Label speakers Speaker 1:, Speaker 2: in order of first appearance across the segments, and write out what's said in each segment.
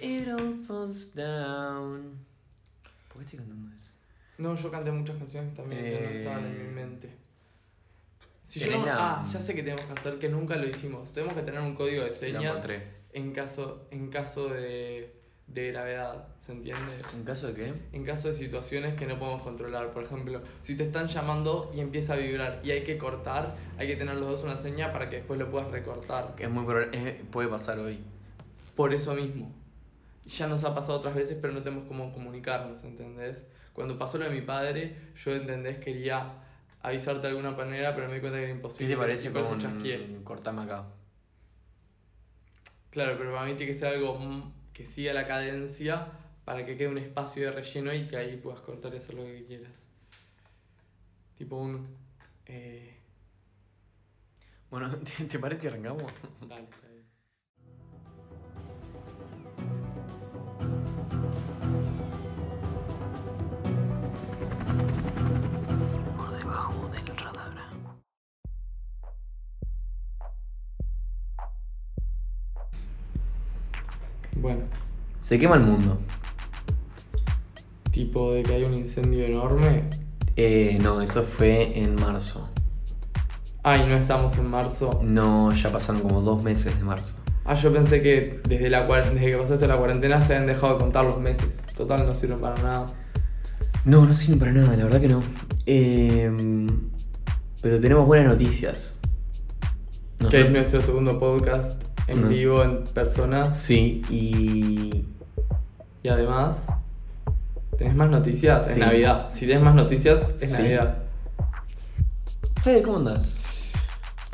Speaker 1: It all falls down. ¿Por qué estoy cantando eso?
Speaker 2: No, yo canté muchas canciones también que no
Speaker 1: Eh.
Speaker 2: estaban en mi mente. Si yo
Speaker 1: Tenés
Speaker 2: no-
Speaker 1: la-
Speaker 2: Ah, ya sé que tenemos que hacer, que nunca lo hicimos. Tenemos que tener un código de
Speaker 1: Lo
Speaker 2: señas
Speaker 1: encontré.
Speaker 2: en caso, en caso de, de gravedad, ¿se entiende?
Speaker 1: ¿En caso de qué?
Speaker 2: En caso de situaciones que no podemos controlar. Por ejemplo, si te están llamando y empieza a vibrar y hay que cortar, hay que tener los dos una seña para que después lo puedas recortar.
Speaker 1: Que es muy proba- es- puede pasar hoy.
Speaker 2: Por eso mismo. Ya nos ha pasado otras veces, pero no tenemos cómo comunicarnos, ¿entendés? Cuando pasó lo de mi padre, yo, ¿entendés? Quería avisarte de alguna manera, pero me di cuenta que era
Speaker 1: ¿Qué
Speaker 2: imposible.
Speaker 1: te parece
Speaker 2: y por eso
Speaker 1: con
Speaker 2: chasqueé.
Speaker 1: cortame acá?
Speaker 2: Claro, pero para mí tiene que ser algo mm, que siga la cadencia para que quede un espacio de relleno y que ahí puedas cortar y hacer lo que quieras. Tipo un... eh,
Speaker 1: Bueno, ¿te, te parece si arrancamos?
Speaker 2: dale, está bien. Bueno,
Speaker 1: Se quema el mundo.
Speaker 2: tipo de que hay un incendio enorme.
Speaker 1: Eh, no, eso fue en marzo.
Speaker 2: Ay, no estamos en marzo.
Speaker 1: No, ya pasaron como dos meses de marzo.
Speaker 2: Ah, yo pensé que desde, la, cuaren- desde que pasó esto de la cuarentena se habían dejado de contar los meses. Total, no sirven para nada.
Speaker 1: No, no sirve para nada, la verdad que no. Eh, pero tenemos buenas noticias. Nos-
Speaker 2: Que es nuestro segundo podcast en
Speaker 1: Nos-
Speaker 2: vivo, en personas.
Speaker 1: Sí, y.
Speaker 2: Y además, ¿tenés más noticias? Es
Speaker 1: Sí.
Speaker 2: Navidad. Si tenés más noticias, es
Speaker 1: Sí.
Speaker 2: Navidad.
Speaker 1: Fede, ¿cómo andás?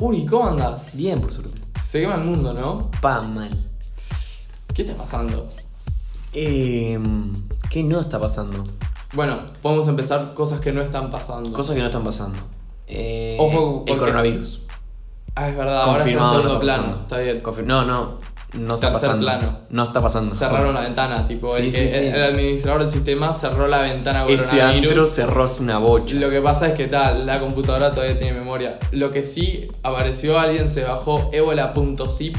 Speaker 2: Uri, ¿cómo andás?
Speaker 1: Bien, por suerte.
Speaker 2: Se quema el mundo, ¿no?
Speaker 1: Pa mal.
Speaker 2: ¿Qué está pasando?
Speaker 1: Eh, ¿Qué no está pasando?
Speaker 2: Bueno, podemos empezar cosas que no están pasando.
Speaker 1: Cosas que no están pasando. Eh,
Speaker 2: Ojo,
Speaker 1: el
Speaker 2: porque-
Speaker 1: coronavirus.
Speaker 2: Ah, es verdad,
Speaker 1: Confirmado,
Speaker 2: ahora está en segundo
Speaker 1: no está
Speaker 2: plano.
Speaker 1: pasando.
Speaker 2: Está bien.
Speaker 1: Confir- no, no. No está
Speaker 2: Tercer
Speaker 1: pasando.
Speaker 2: plano.
Speaker 1: No está pasando.
Speaker 2: Cerraron la ventana, tipo,
Speaker 1: Sí, sí,
Speaker 2: el, que-
Speaker 1: sí.
Speaker 2: el administrador del sistema cerró la ventana con
Speaker 1: Ese antro cerró una bocha.
Speaker 2: Lo que pasa es que tal, la computadora todavía tiene memoria. Lo que sí apareció alguien, se bajó ebola.zip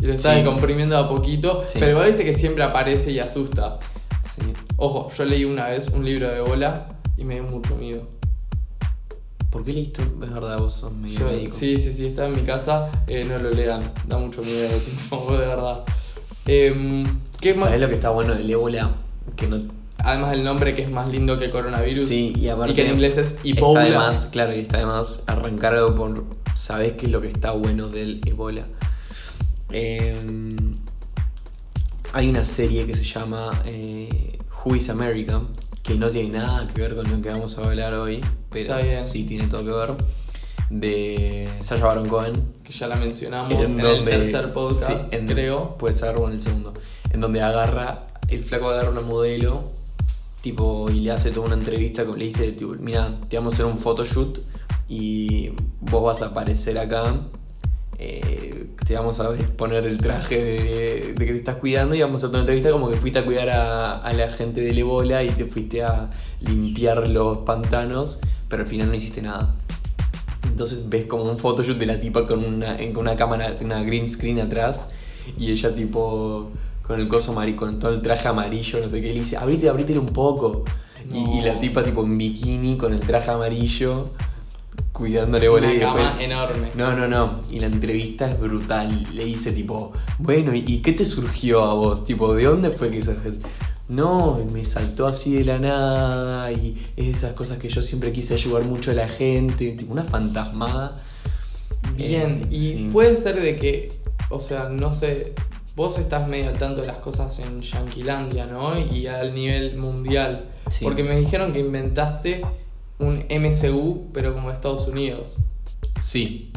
Speaker 2: y lo está
Speaker 1: Sí.
Speaker 2: descomprimiendo de a poquito.
Speaker 1: Sí.
Speaker 2: Pero igual viste que siempre aparece y asusta.
Speaker 1: Sí.
Speaker 2: Ojo, yo leí una vez un libro de ebola y me dio mucho miedo.
Speaker 1: ¿Por qué listo? Es verdad, vos sos medio
Speaker 2: Yo-
Speaker 1: médico.
Speaker 2: sí, sí, sí, está en mi casa, eh, no lo lean, da mucho miedo, tipo, de verdad. Em, ¿qué más?
Speaker 1: ¿Sabés lo que está bueno del ébola? Que no.
Speaker 2: Además del nombre que es más lindo que coronavirus.
Speaker 1: Sí, y aparte.
Speaker 2: Y que en inglés es
Speaker 1: Está de
Speaker 2: Ebola.
Speaker 1: más, claro, y está de más arrancar algo por. ¿Sabés qué es lo que está bueno del Ebola? Eh, hay una serie que se llama eh, Who is America, que no tiene nada que ver con lo que vamos a hablar hoy, pero
Speaker 2: Está bien.
Speaker 1: sí tiene todo que ver. De Sasha Baron Cohen.
Speaker 2: Que ya la mencionamos
Speaker 1: en
Speaker 2: en, el
Speaker 1: donde-
Speaker 2: tercer podcast,
Speaker 1: sí, en-
Speaker 2: creo.
Speaker 1: Puede ser, o en el segundo. En donde agarra, el flaco agarra una modelo, tipo, y le hace toda una entrevista, con- le dice, tipo, mira, te vamos a hacer un photoshoot y vos vas a aparecer acá. eh, te vamos a poner el traje de, de que te estás cuidando y vamos a hacer una entrevista como que fuiste a cuidar a, a la gente del ebola y te fuiste a limpiar los pantanos, pero al final no hiciste nada. Entonces ves como un photoshoot de la tipa con una, en- con una cámara, una green screen atrás y ella tipo con el coso amarillo, con todo el traje amarillo, no sé qué, y le dice, abrite, abrite un poco. Y- Y,
Speaker 2: No.
Speaker 1: la tipa tipo en bikini con el traje amarillo, cuidándole
Speaker 2: Una
Speaker 1: bola y
Speaker 2: cama
Speaker 1: después-
Speaker 2: enorme.
Speaker 1: No, no, no. Y la entrevista es brutal. Le dice tipo, bueno, ¿y- ¿y qué te surgió a vos? Tipo, ¿de dónde fue que surgió? No, me saltó así de la nada y es esas cosas que yo siempre quise ayudar mucho a la gente, tipo una fantasmada.
Speaker 2: Bien,
Speaker 1: Eh,
Speaker 2: y
Speaker 1: sí.
Speaker 2: puede ser de que, o sea, no sé, vos estás medio al tanto de las cosas en Yanquilandia, ¿no? Y al nivel mundial.
Speaker 1: Sí.
Speaker 2: Porque me dijeron que inventaste un MCU, pero como de Estados Unidos.
Speaker 1: Sí,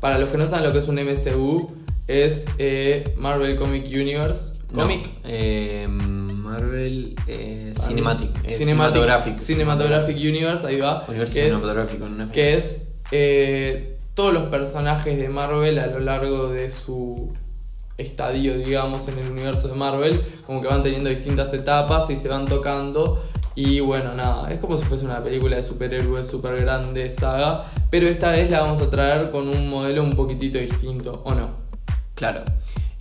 Speaker 2: Para los que no saben lo que es un MCU, es eh, Marvel Comic Universe.
Speaker 1: no,
Speaker 2: Comic.
Speaker 1: eh, Marvel eh, Cinematic, eh, cinematográfico.
Speaker 2: Cinematographic. Cinematographic Universe, ahí va.
Speaker 1: Universo
Speaker 2: que es-
Speaker 1: cinematográfico, no
Speaker 2: que es eh, todos los personajes de Marvel a lo largo de su estadio, digamos, en el universo de Marvel, como que van teniendo distintas etapas y se van tocando. Y bueno, nada, es como si fuese una película de superhéroes súper grande, saga, pero esta vez la vamos a traer con un modelo un poquitito distinto, ¿o no?
Speaker 1: Claro.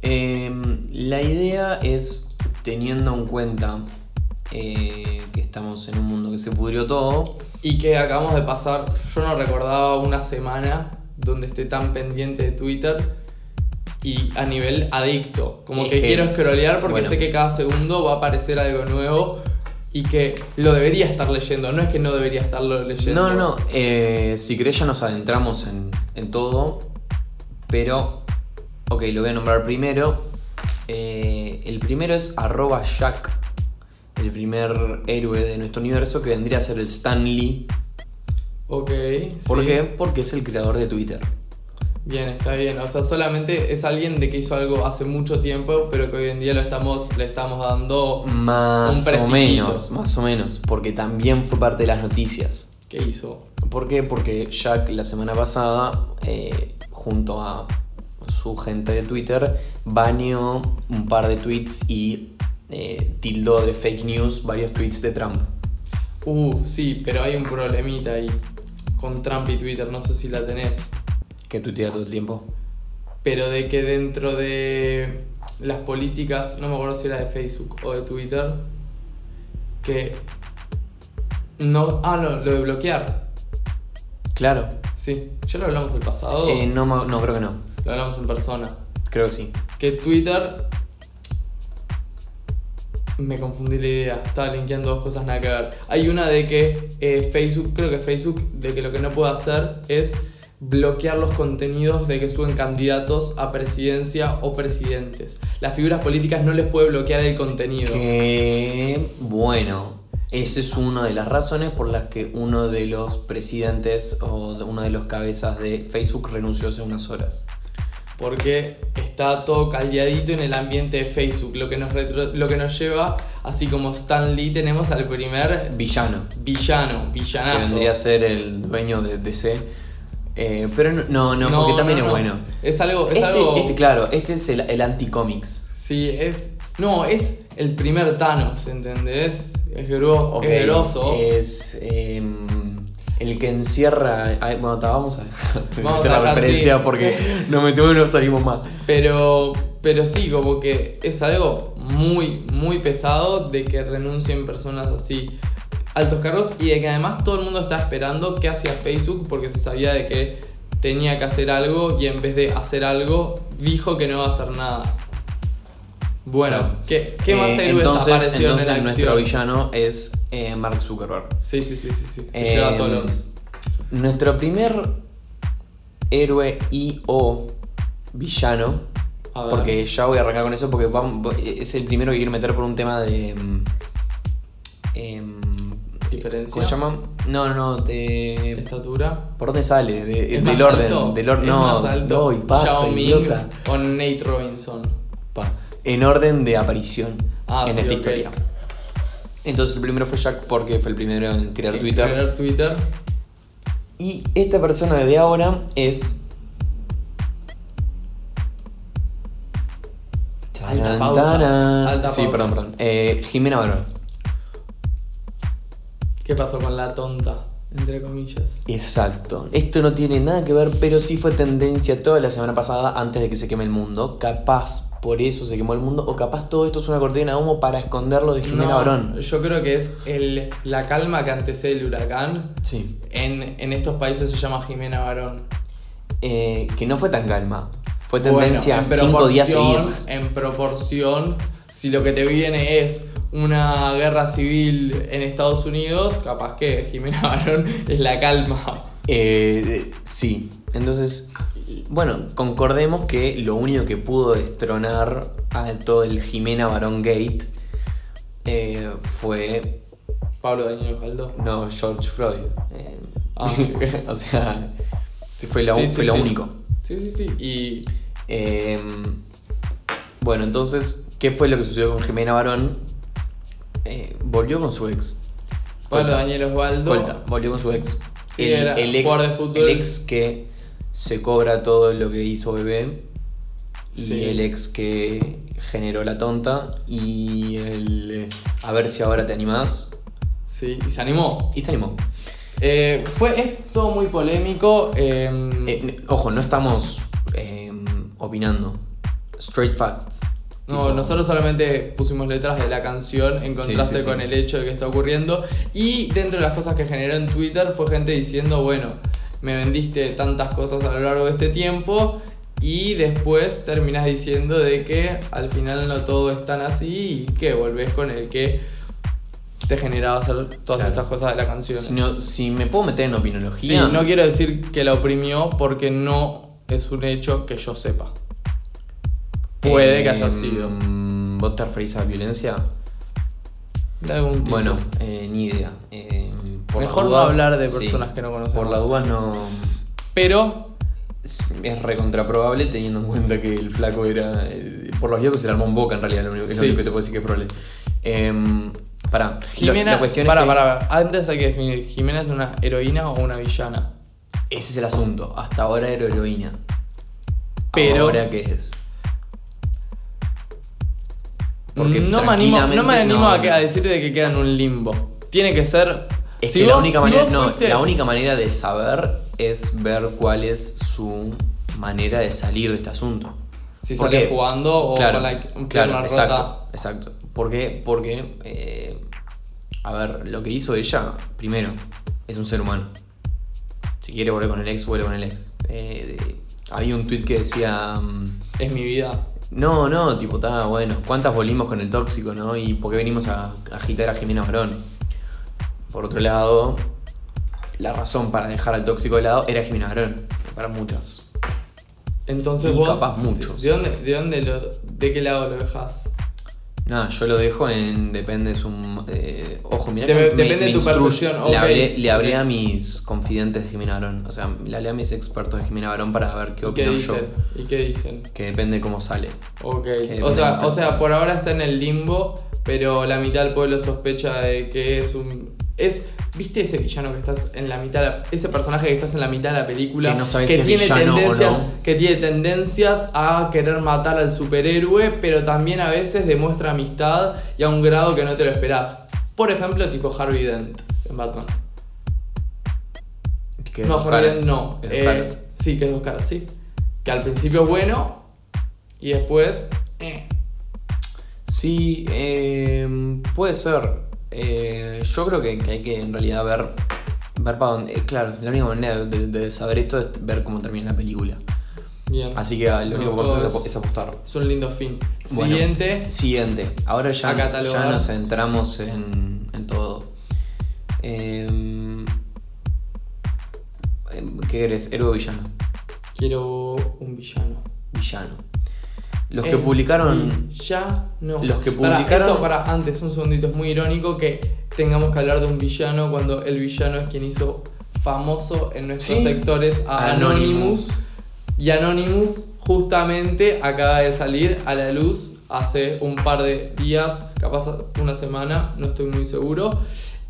Speaker 1: Em, la idea es teniendo en cuenta eh, que estamos en un mundo que se pudrió todo.
Speaker 2: Y que acabamos de pasar, yo no recordaba una semana donde esté tan pendiente de Twitter y a nivel adicto. Como
Speaker 1: Es
Speaker 2: que,
Speaker 1: que-
Speaker 2: quiero scrollear porque
Speaker 1: bueno.
Speaker 2: sé que cada segundo va a aparecer algo nuevo y que lo debería estar leyendo. No es que no debería estarlo leyendo.
Speaker 1: No, no, no. eh, si querés ya nos adentramos en, en todo, pero, ok, lo voy a nombrar primero. Eh, el primero es arroba Jack, el primer héroe de nuestro universo que vendría a ser el Stan Lee.
Speaker 2: Ok.
Speaker 1: ¿Por
Speaker 2: sí.
Speaker 1: qué? Porque es el creador de Twitter.
Speaker 2: Bien, está bien. O sea, solamente es alguien de que hizo algo hace mucho tiempo, pero que hoy en día lo estamos, le estamos dando. Un
Speaker 1: Más o
Speaker 2: prestigios.
Speaker 1: menos, más o menos, porque también fue parte de las noticias.
Speaker 2: ¿Qué hizo?
Speaker 1: ¿Por qué? Porque Jack la semana pasada, eh, junto a su gente de Twitter, baneó un par de tweets y eh, tildó de fake news varios tweets de Trump.
Speaker 2: Uh, sí, pero hay un problemita ahí. Con Trump y Twitter, no sé si la tenés.
Speaker 1: Que tuitea todo el tiempo.
Speaker 2: pero de que dentro de las políticas, no me acuerdo si era de Facebook o de Twitter, que no, ah no, lo de bloquear,
Speaker 1: Claro.
Speaker 2: sí, ya lo hablamos el pasado,
Speaker 1: Eh, no, ma- no, creo que no.
Speaker 2: lo hablamos en persona,
Speaker 1: Creo que sí.
Speaker 2: que Twitter me confundí la idea, estaba linkeando dos cosas nada que ver. Hay una de que eh, Facebook, creo que Facebook, de que lo que no puede hacer es bloquear los contenidos de que suben candidatos a presidencia o presidentes. Las figuras políticas no les puede bloquear el contenido.
Speaker 1: Que bueno. Esa es una de las razones por las que uno de los presidentes o de- uno de los cabezas de Facebook renunció hace unas horas.
Speaker 2: Porque está todo caldeadito en el ambiente de Facebook, lo que nos, retro- lo que nos lleva, así como Stan Lee, tenemos al primer
Speaker 1: Villano.
Speaker 2: villano,
Speaker 1: que
Speaker 2: villanazo.
Speaker 1: vendría a ser el dueño de DC. Eh, pero no, no, no, porque también
Speaker 2: no,
Speaker 1: es
Speaker 2: no.
Speaker 1: bueno.
Speaker 2: Es algo, es
Speaker 1: Este,
Speaker 2: algo.
Speaker 1: este, claro, este es el, el anti-comics.
Speaker 2: Sí, es. No, es el primer Thanos, ¿entendés? Es, gro-
Speaker 1: Ok,
Speaker 2: es grosso.
Speaker 1: Es eh, el que encierra. ay, bueno, ta, vamos a
Speaker 2: Vamos
Speaker 1: la
Speaker 2: a dejar,
Speaker 1: referencia
Speaker 2: sí.
Speaker 1: porque nos metemos y no salimos más.
Speaker 2: Pero. Pero sí, como que es algo muy, muy pesado de que renuncien personas así altos cargos y de que además todo el mundo está esperando qué hacía Facebook porque se sabía de que tenía que hacer algo y en vez de hacer algo dijo que no va a hacer nada. Bueno,
Speaker 1: Bueno,
Speaker 2: ¿qué, qué más
Speaker 1: Eh,
Speaker 2: héroes
Speaker 1: entonces,
Speaker 2: aparecieron en
Speaker 1: entonces
Speaker 2: la
Speaker 1: Nuestro
Speaker 2: acción?
Speaker 1: villano es eh, Mark Zuckerberg.
Speaker 2: Sí, sí, sí, sí, sí. Se
Speaker 1: Eh,
Speaker 2: lleva a todos los.
Speaker 1: Nuestro primer héroe y o villano
Speaker 2: A ver.
Speaker 1: Porque ya voy a arrancar con eso porque vam- vo- es el primero que quiero meter por un tema de... mm, em,
Speaker 2: Diferencia.
Speaker 1: ¿Cómo se llama? No, no, de...
Speaker 2: Estatura.
Speaker 1: ¿Por dónde sale? De-
Speaker 2: ¿Es más
Speaker 1: del orden.
Speaker 2: alto?
Speaker 1: Del orden.
Speaker 2: ¿Es
Speaker 1: No,
Speaker 2: más
Speaker 1: no,
Speaker 2: alto?
Speaker 1: y basta,
Speaker 2: Yao Ming
Speaker 1: idiota.
Speaker 2: o Nate Robinson.
Speaker 1: Pa. En orden de aparición
Speaker 2: Ah,
Speaker 1: en
Speaker 2: sí,
Speaker 1: esta
Speaker 2: ok.
Speaker 1: historia. Entonces el primero fue Jack porque fue el primero en crear
Speaker 2: Eh, En
Speaker 1: Twitter.
Speaker 2: crear Twitter.
Speaker 1: Y esta persona de ahora es.
Speaker 2: Alta
Speaker 1: Tan,
Speaker 2: pausa,
Speaker 1: taran.
Speaker 2: alta
Speaker 1: sí,
Speaker 2: pausa.
Speaker 1: perdón, perdón. Eh, Jimena Barón.
Speaker 2: ¿Qué pasó con la tonta? Entre comillas.
Speaker 1: Exacto. Esto no tiene nada que ver, pero sí fue tendencia toda la semana pasada antes de que se queme el mundo. Capaz por eso se quemó el mundo, o capaz todo esto es una cortina de humo para esconderlo de Jimena
Speaker 2: No,
Speaker 1: Barón.
Speaker 2: Yo creo que es el, la calma que antecede el huracán.
Speaker 1: Sí.
Speaker 2: En, en estos países se llama Jimena Barón.
Speaker 1: Eh, que no fue tan calma. Fue
Speaker 2: Bueno, eh,
Speaker 1: tendencia
Speaker 2: en
Speaker 1: cinco días
Speaker 2: proporción-
Speaker 1: seguidos.
Speaker 2: En proporción, si lo que te viene es una guerra civil en Estados Unidos, capaz que Jimena Barón es la calma.
Speaker 1: Eh, eh, sí. Entonces, bueno, concordemos que lo único que pudo destronar a todo el Jimena Barón Gate eh, fue.
Speaker 2: Pablo Daniel Osvaldo.
Speaker 1: No, George Floyd. Eh,
Speaker 2: Ah.
Speaker 1: o sea, sí, fue lo,
Speaker 2: Sí, sí,
Speaker 1: fue lo
Speaker 2: sí.
Speaker 1: único.
Speaker 2: Sí, sí, sí. Y
Speaker 1: Eh, bueno, entonces, ¿qué fue lo que sucedió con Jimena Barón? Eh, volvió con su ex.
Speaker 2: Pablo
Speaker 1: Colta.
Speaker 2: Daniel Osvaldo.
Speaker 1: Colta, volvió con su ex.
Speaker 2: Sí, era jugador de fútbol.
Speaker 1: el ex que se cobra todo lo que hizo Bebé. Y
Speaker 2: Sí.
Speaker 1: el ex que generó la tonta. Y el. eh, A ver si ahora te animás.
Speaker 2: Sí, y se animó.
Speaker 1: Y se animó.
Speaker 2: Eh, fue, es todo muy polémico. eh,
Speaker 1: Eh, n- ojo, no estamos eh, opinando. em, Straight facts.
Speaker 2: No,
Speaker 1: Tipo-
Speaker 2: nosotros solamente pusimos letras de la canción en
Speaker 1: Sí,
Speaker 2: contraste
Speaker 1: sí, sí.
Speaker 2: con el hecho de que está ocurriendo. Y dentro de las cosas que generó en Twitter fue gente diciendo, bueno, me vendiste tantas cosas a lo largo de este tiempo y después terminas diciendo de que al final no todo es tan así y que volvés con el que te generaba hacer todas
Speaker 1: Claro.
Speaker 2: estas cosas de la canción.
Speaker 1: Si, no- si me puedo meter en
Speaker 2: Sí,
Speaker 1: opinología.
Speaker 2: no quiero decir que la oprimió porque no es un hecho que yo sepa. Puede que haya
Speaker 1: Em,
Speaker 2: sido.
Speaker 1: ¿Vos te referís a violencia?
Speaker 2: De algún tipo.
Speaker 1: Bueno, eh, ni idea. Em, por las
Speaker 2: Mejor no
Speaker 1: dudas,
Speaker 2: hablar de
Speaker 1: sí.
Speaker 2: personas que no conocemos.
Speaker 1: Por las dudas no.
Speaker 2: Pero,
Speaker 1: Es, es recontraprobable teniendo en cuenta que el flaco era. eh, por los que se le armó en boca en realidad, lo único, es lo
Speaker 2: Sí.
Speaker 1: único que te puedo decir que es probable. Em, pará, lo-
Speaker 2: Jimena.
Speaker 1: la cuestión
Speaker 2: pará,
Speaker 1: es que
Speaker 2: pará, pará. Antes hay que definir: ¿Jimena es una heroína o una villana?
Speaker 1: ese es el asunto. Hasta ahora era heroína.
Speaker 2: Pero-
Speaker 1: ¿Ahora qué es? Porque
Speaker 2: no me animo, no me
Speaker 1: Mm, tranquilamente
Speaker 2: animo
Speaker 1: no-
Speaker 2: a, que- a decirte que queda en un limbo. Tiene que ser.
Speaker 1: Es
Speaker 2: si
Speaker 1: que la
Speaker 2: vos-
Speaker 1: única,
Speaker 2: si
Speaker 1: manera,
Speaker 2: vos
Speaker 1: no,
Speaker 2: fuiste-
Speaker 1: la única manera de saber es ver cuál es su manera de salir de este asunto.
Speaker 2: Si
Speaker 1: Porque-
Speaker 2: sale jugando o
Speaker 1: claro,
Speaker 2: con la con
Speaker 1: claro,
Speaker 2: pierna
Speaker 1: exacto,
Speaker 2: rota.
Speaker 1: exacto. ¿Por qué? Porque, eh, a ver, lo que hizo ella, primero, es un ser humano. Si quiere volver con el ex, vuelve con el ex. Eh, de- había un tweet que decía... mm,
Speaker 2: Es mi vida.
Speaker 1: no, no, tipo, está bueno. ¿Cuántas volvimos con el tóxico, no? ¿Y por qué venimos a a agitar a Jimena Barón? Por otro lado, la razón para dejar al tóxico de lado era Jimena Barón. Para muchas.
Speaker 2: Entonces
Speaker 1: Y
Speaker 2: vos.
Speaker 1: capaz muchos.
Speaker 2: ¿De dónde, de dónde lo, de qué lado lo dejas?
Speaker 1: Nada, yo lo dejo en. Depende su. eh, ojo, mirá
Speaker 2: Dep-
Speaker 1: que me-
Speaker 2: depende
Speaker 1: me
Speaker 2: de tu
Speaker 1: instruye.
Speaker 2: percepción,
Speaker 1: Le
Speaker 2: ok,
Speaker 1: hablé, le hablé
Speaker 2: ok.
Speaker 1: a mis confidentes de Jimena Barón. O sea, le hablé a mis expertos de Jimena Barón para ver qué
Speaker 2: ¿Y qué
Speaker 1: opinan yo.
Speaker 2: dicen? ¿Y qué dicen?
Speaker 1: Que depende cómo sale.
Speaker 2: Ok,
Speaker 1: Eh,
Speaker 2: o sea,
Speaker 1: veremos.
Speaker 2: o sea, por ahora está en el limbo, pero la mitad del pueblo sospecha de que es un... Es, ¿Viste ese villano que estás en la mitad, de la- ese personaje que estás en la mitad de la película?
Speaker 1: Que no sabes si es villano o
Speaker 2: tendencias,
Speaker 1: no.
Speaker 2: Que tiene tendencias a querer matar al superhéroe, pero también a veces demuestra amistad y a un grado que no te lo esperás. Por ejemplo, tipo Harvey Dent en Batman.
Speaker 1: Que
Speaker 2: no,
Speaker 1: dos
Speaker 2: Harvey
Speaker 1: caras,
Speaker 2: Dent no.
Speaker 1: que dos
Speaker 2: Eh,
Speaker 1: caras.
Speaker 2: sí, que es dos caras, sí. Que al principio es bueno y después... eh.
Speaker 1: Sí, eh, puede ser. Eh, yo creo que, que hay que en realidad ver, ver para dónde. eh, claro, la única manera de, de saber esto es ver cómo termina la película.
Speaker 2: Bien.
Speaker 1: Así que ah, lo único
Speaker 2: No,
Speaker 1: que puedo hacer es,
Speaker 2: todo
Speaker 1: apo-
Speaker 2: es-
Speaker 1: es apostar.
Speaker 2: Es un lindo fin.
Speaker 1: Bueno,
Speaker 2: Siguiente.
Speaker 1: Siguiente. Ahora
Speaker 2: A
Speaker 1: ya,
Speaker 2: catalogar.
Speaker 1: ya nos centramos en, en todo. Em, em, ¿Qué eres? ¿Héroe o villano?
Speaker 2: Quiero un villano.
Speaker 1: Villano. Los
Speaker 2: Eh,
Speaker 1: que publicaron.
Speaker 2: y Ya no.
Speaker 1: los que
Speaker 2: Pará,
Speaker 1: publicaron-
Speaker 2: eso, para antes, un segundito. Es muy irónico que tengamos que hablar de un villano cuando el villano es quien hizo famoso en nuestros
Speaker 1: Sí.
Speaker 2: sectores a Anonymous.
Speaker 1: Anonymous.
Speaker 2: Y Anonymous justamente acaba de salir a la luz hace un par de días, capaz una semana, no estoy muy seguro.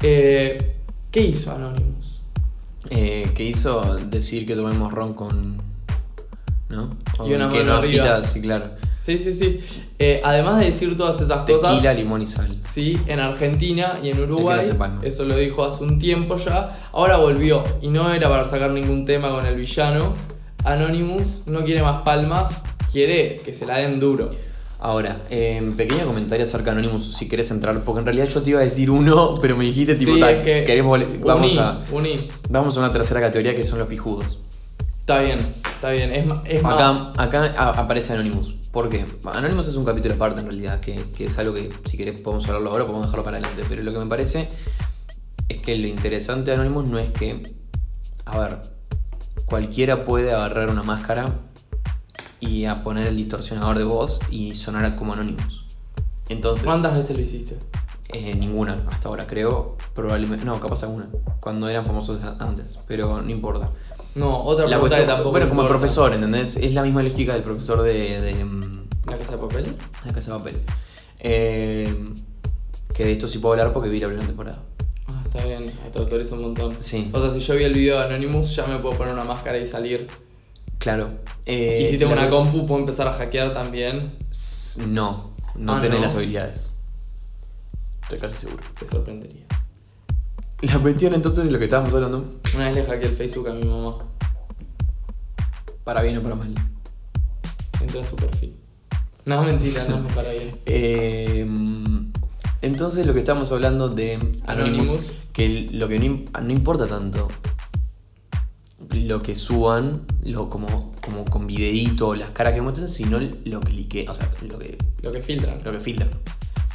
Speaker 2: Eh, ¿Qué hizo Anonymous?
Speaker 1: eh, que hizo decir que tomemos ron con. ¿No?
Speaker 2: Y una
Speaker 1: que
Speaker 2: mano arriba.
Speaker 1: agita, sí, claro.
Speaker 2: Sí, sí, sí. Eh, además de decir todas esas cosas,
Speaker 1: Tequila, limón y sal.
Speaker 2: sí, en Argentina y en Uruguay,
Speaker 1: El que no sepa, ¿no?
Speaker 2: eso lo dijo hace un tiempo ya, ahora volvió y no era para sacar ningún tema con el villano. Anonymous no quiere más palmas, quiere que se la den duro.
Speaker 1: Ahora, eh, pequeño comentario acerca de Anonymous, si querés entrar, porque en realidad yo te iba a decir uno, pero me dijiste tipo,
Speaker 2: sí,
Speaker 1: "Ta,
Speaker 2: es que
Speaker 1: queremos vol- vamos,
Speaker 2: uní,
Speaker 1: a,
Speaker 2: uní.
Speaker 1: vamos a una tercera categoría que son los pijudos.
Speaker 2: Está bien, está bien, es, ma- es más.
Speaker 1: Acá, acá a- aparece Anonymous. ¿Por qué? Anonymous es un capítulo aparte en realidad, que, que es algo que si querés podemos hablarlo ahora, podemos dejarlo para adelante. Pero lo que me parece es que lo interesante de Anonymous no es que, a ver, cualquiera puede agarrar una máscara y a poner el distorsionador de voz y sonar como Anonymous. Entonces,
Speaker 2: ¿Cuántas veces lo hiciste?
Speaker 1: eh, ninguna hasta ahora creo, probablemente, no, capaz alguna, cuando eran famosos a- antes, pero no importa.
Speaker 2: No, otra
Speaker 1: La
Speaker 2: pregunta que
Speaker 1: cuestión-
Speaker 2: tampoco
Speaker 1: bueno, como el
Speaker 2: importa.
Speaker 1: profesor, ¿entendés? Es la misma lógica del profesor de, de, mm,
Speaker 2: ¿La casa de papel?
Speaker 1: La Casa de Papel. Eh, que de esto sí puedo hablar porque vi la primera temporada.
Speaker 2: Ah, está bien, te autoriza un montón.
Speaker 1: Sí.
Speaker 2: O sea, si yo vi el video de Anonymous, ya me puedo poner una máscara y salir.
Speaker 1: Claro. Eh,
Speaker 2: y si tengo
Speaker 1: la-
Speaker 2: una compu, puedo empezar a hackear también.
Speaker 1: S- No, no
Speaker 2: Ah,
Speaker 1: tenés
Speaker 2: no.
Speaker 1: las habilidades. Estoy casi seguro.
Speaker 2: Te sorprenderías.
Speaker 1: La cuestión entonces de lo que estábamos hablando,
Speaker 2: Una vez le hackeé el Facebook a mi mamá.
Speaker 1: para bien o para mal.
Speaker 2: Entré a su perfil. No, mentira, no me para bien.
Speaker 1: Eh, entonces lo que estamos hablando de Anonymous,
Speaker 2: Anonymous.
Speaker 1: que lo que no, im- no importa tanto lo que suban, lo como, como con videíto, las caras que muestren, sino lo que lique, o sea, lo que,
Speaker 2: Lo que filtran.
Speaker 1: lo que filtran.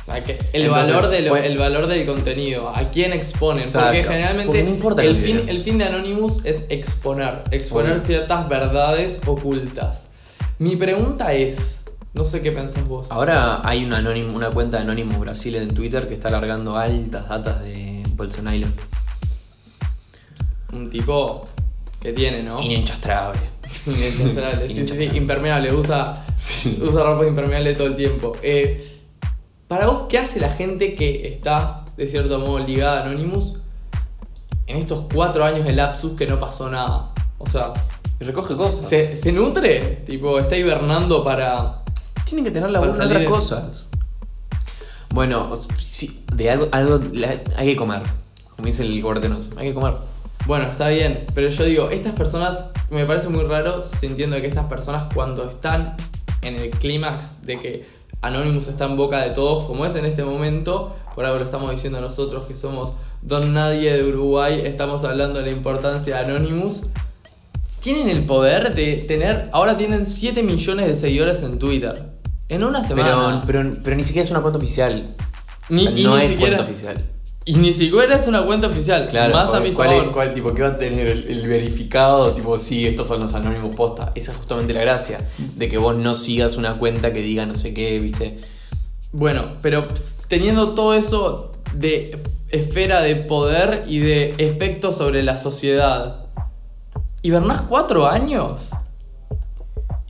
Speaker 2: O sea, que el,
Speaker 1: Entonces,
Speaker 2: valor de lo-
Speaker 1: pues-
Speaker 2: el valor del contenido, a quién exponen. Porque
Speaker 1: Exacto,
Speaker 2: generalmente
Speaker 1: porque no importa
Speaker 2: el,
Speaker 1: los
Speaker 2: fin,
Speaker 1: videos.
Speaker 2: el fin de Anonymous es exponer, exponer
Speaker 1: Obvio.
Speaker 2: ciertas verdades ocultas. Mi pregunta es, no sé qué pensás vos.
Speaker 1: Ahora hay una, anónimo- una cuenta de Anonymous Brasil en Twitter que está largando altas datas de Bolsonaro.
Speaker 2: Un tipo que tiene, ¿no?
Speaker 1: Inenchastrable.
Speaker 2: Inenchastrable, sí, sí, sí,
Speaker 1: Inenchastrable.
Speaker 2: impermeable, usa, usa ropa impermeable todo el tiempo. Eh, Para vos, ¿qué hace la gente que está, de cierto modo, ligada a Anonymous en estos cuatro años de lapsus que no pasó nada? O sea,
Speaker 1: Y recoge cosas.
Speaker 2: ¿se, se nutre? Tipo, está hibernando para...
Speaker 1: Tienen que tener la
Speaker 2: Para
Speaker 1: voz de otras
Speaker 2: salir en-
Speaker 1: cosas. Bueno, o s- sí, de algo, algo la- hay que comer. Como dice el gordenos, hay que comer.
Speaker 2: Bueno, está bien, pero yo digo, estas personas, me parece muy raro sintiendo que estas personas cuando están en el clímax de que Anonymous está en boca de todos, como es en este momento, por algo lo estamos diciendo nosotros que somos Don Nadie de Uruguay, estamos hablando de la importancia de Anonymous, tienen el poder de tener, ahora tienen 7 millones de seguidores en Twitter, en una semana.
Speaker 1: Pero, pero, pero ni siquiera es una cuenta oficial.
Speaker 2: Ni-
Speaker 1: O sea,
Speaker 2: y
Speaker 1: no
Speaker 2: ni
Speaker 1: es
Speaker 2: siquiera-
Speaker 1: cuenta oficial.
Speaker 2: Y ni siquiera es una cuenta oficial,
Speaker 1: Claro,
Speaker 2: más a
Speaker 1: o-
Speaker 2: mi
Speaker 1: ¿cuál,
Speaker 2: favor.
Speaker 1: es- cuál- tipo, ¿Qué va a tener el, el verificado? Tipo, sí, estos son los anónimos posta. Esa es justamente la gracia. De que vos no sigas una cuenta que diga no sé qué, ¿viste?
Speaker 2: Bueno, pero pss, teniendo todo eso de esfera de poder y de efecto sobre la sociedad. ¿Hibernás cuatro años?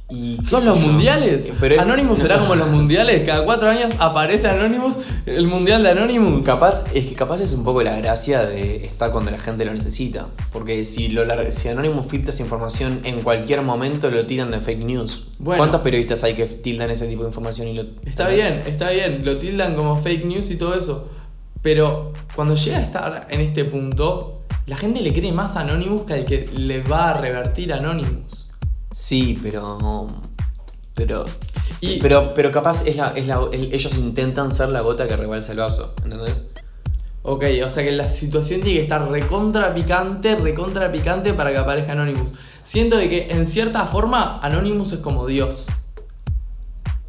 Speaker 1: Y qué
Speaker 2: ¿Son
Speaker 1: sé
Speaker 2: los
Speaker 1: yo.
Speaker 2: mundiales?
Speaker 1: Eh, Pero es-
Speaker 2: Anonymous será como los mundiales. Cada cuatro años aparece Anonymous, el mundial de Anonymous.
Speaker 1: Capaz, es que capaz es un poco la gracia de estar cuando la gente lo necesita. Porque si, lo, lar- si Anonymous filtra esa información en cualquier momento lo tiran de fake news.
Speaker 2: Bueno.
Speaker 1: ¿Cuántos periodistas hay que tildan ese tipo de información y lo...
Speaker 2: Está bien, está bien, lo tildan como fake news y todo eso. Pero cuando llega a estar en este punto, la gente le cree más a Anonymous que al que le va a revertir Anonymous.
Speaker 1: Sí, pero... Pero...
Speaker 2: Y-
Speaker 1: pero, pero capaz es la, es la- el- ellos intentan ser la gota que rebalsa el vaso, ¿entendés?
Speaker 2: Ok, o sea que la situación tiene que estar recontra picante, recontra picante para que aparezca Anonymous. Siento de que en cierta forma Anonymous es como Dios.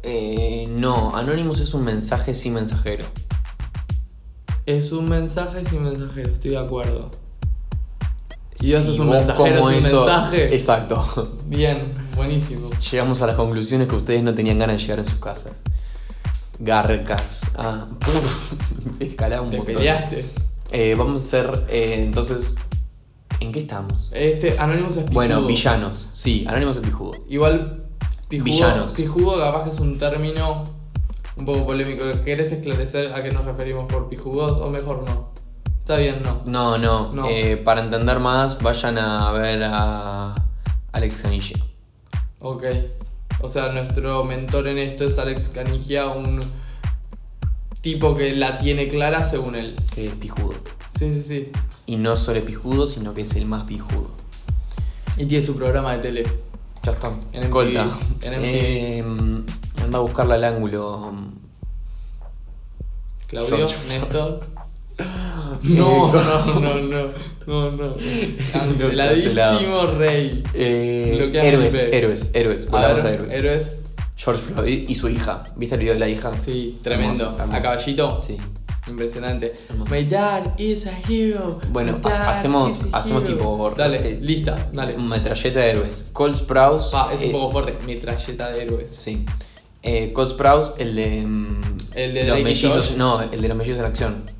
Speaker 1: Eh, no, Anonymous es un mensaje sin mensajero.
Speaker 2: Es un mensaje sin mensajero, estoy de acuerdo.
Speaker 1: Y
Speaker 2: Dios es un mensajero sin mensaje.
Speaker 1: Exacto.
Speaker 2: Bien, buenísimo.
Speaker 1: Llegamos a las conclusiones que ustedes no tenían ganas de llegar en sus casas. Garcas. Ah, escalamos un
Speaker 2: Te
Speaker 1: montón.
Speaker 2: peleaste.
Speaker 1: Eh, vamos a hacer, eh, entonces, ¿en qué estamos?
Speaker 2: Este, Anonymous es
Speaker 1: Bueno,
Speaker 2: pijudo.
Speaker 1: villanos. Sí, Anónimos es pijudo.
Speaker 2: Igual, pijudo,
Speaker 1: Villanos.
Speaker 2: pijudo capaz que es un término un poco polémico. ¿Querés esclarecer a qué nos referimos por pijudos o mejor no? Está bien, no.
Speaker 1: No, no.
Speaker 2: No.
Speaker 1: eh, para entender más, vayan a ver a Alex Canilla.
Speaker 2: Ok. O sea, nuestro mentor en esto es Alex Canigia, un tipo que la tiene clara según él.
Speaker 1: que es pijudo.
Speaker 2: Sí, sí, sí.
Speaker 1: Y no solo es pijudo, sino que es el más pijudo.
Speaker 2: Y tiene su programa de tele.
Speaker 1: Ya está.
Speaker 2: En MTV.
Speaker 1: Colta.
Speaker 2: En MTV.
Speaker 1: Eh, anda a buscarla al ángulo.
Speaker 2: Claudio,
Speaker 1: George
Speaker 2: Néstor. No, no, no, no, no, no. Canceladísimo rey.
Speaker 1: Eh,
Speaker 2: Bloquea
Speaker 1: héroes,
Speaker 2: el IP.
Speaker 1: héroes, héroes. Volvamos a
Speaker 2: ver,
Speaker 1: héroes.
Speaker 2: héroes.
Speaker 1: George Floyd y su hija. ¿Viste el video de la hija?
Speaker 2: Sí, tremendo.
Speaker 1: Ah, Hermoso, hermoso.
Speaker 2: A caballito.
Speaker 1: Sí.
Speaker 2: Impresionante.
Speaker 1: Hermoso.
Speaker 2: My dad is a hero.
Speaker 1: Bueno,
Speaker 2: My
Speaker 1: ha-
Speaker 2: dad
Speaker 1: hacemos,
Speaker 2: is a
Speaker 1: hacemos
Speaker 2: hero.
Speaker 1: tipo.
Speaker 2: Dale,
Speaker 1: eh,
Speaker 2: lista, dale.
Speaker 1: Metralleta de héroes. Cole Sprouse.
Speaker 2: Pa, es un
Speaker 1: eh,
Speaker 2: poco fuerte. Metralleta de héroes.
Speaker 1: Sí. Eh, Cole Sprouse, el de. mm,
Speaker 2: El de
Speaker 1: los
Speaker 2: Drake y
Speaker 1: mellizos.
Speaker 2: Josh.
Speaker 1: No, el de los mellizos en acción.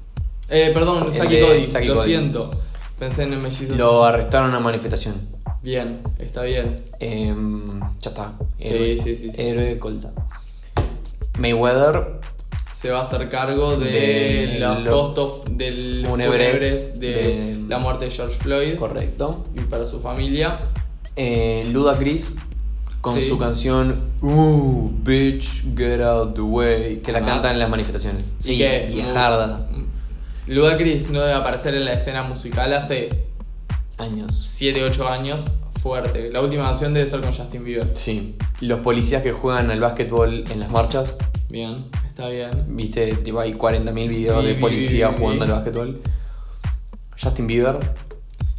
Speaker 2: Eh, perdón,
Speaker 1: El
Speaker 2: Saki
Speaker 1: de
Speaker 2: Cody.
Speaker 1: Saki
Speaker 2: lo
Speaker 1: Cody.
Speaker 2: siento. Pensé en el mellizo.
Speaker 1: Lo arrestaron a manifestación.
Speaker 2: Bien, está bien.
Speaker 1: Eh, ya está.
Speaker 2: Sí,
Speaker 1: Héroe.
Speaker 2: sí, sí, sí,
Speaker 1: Héroe Colta. Mayweather,
Speaker 2: Se va a hacer cargo de,
Speaker 1: De
Speaker 2: los
Speaker 1: los
Speaker 2: costos del
Speaker 1: fúnebres
Speaker 2: fúnebres de,
Speaker 1: de-
Speaker 2: la muerte de George Floyd
Speaker 1: correcto.
Speaker 2: y para su familia.
Speaker 1: Eh, Ludacris con
Speaker 2: Sí.
Speaker 1: su canción Ooh, bitch, get out the way. Que la
Speaker 2: Ajá.
Speaker 1: cantan en las manifestaciones.
Speaker 2: y que
Speaker 1: viejarda.
Speaker 2: Ludacris no debe aparecer en la escena musical hace
Speaker 1: Años.
Speaker 2: 7, 8 años. fuerte. La última canción debe ser con Justin Bieber.
Speaker 1: Sí. Los policías que juegan al básquetbol en las marchas,
Speaker 2: Bien, está bien.
Speaker 1: viste, tipo, hay 40.000 videos
Speaker 2: Vi,
Speaker 1: de
Speaker 2: vi,
Speaker 1: policías
Speaker 2: vi, vi.
Speaker 1: jugando al básquetbol. Justin Bieber,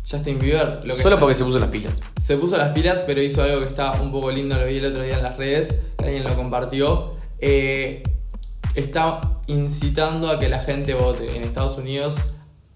Speaker 2: Justin Bieber, lo que
Speaker 1: solo
Speaker 2: está-
Speaker 1: porque se puso las pilas.
Speaker 2: se puso las pilas, pero hizo algo que está un poco lindo, lo vi el otro día en las redes, alguien lo compartió. Eh, está incitando a que la gente vote. En Estados Unidos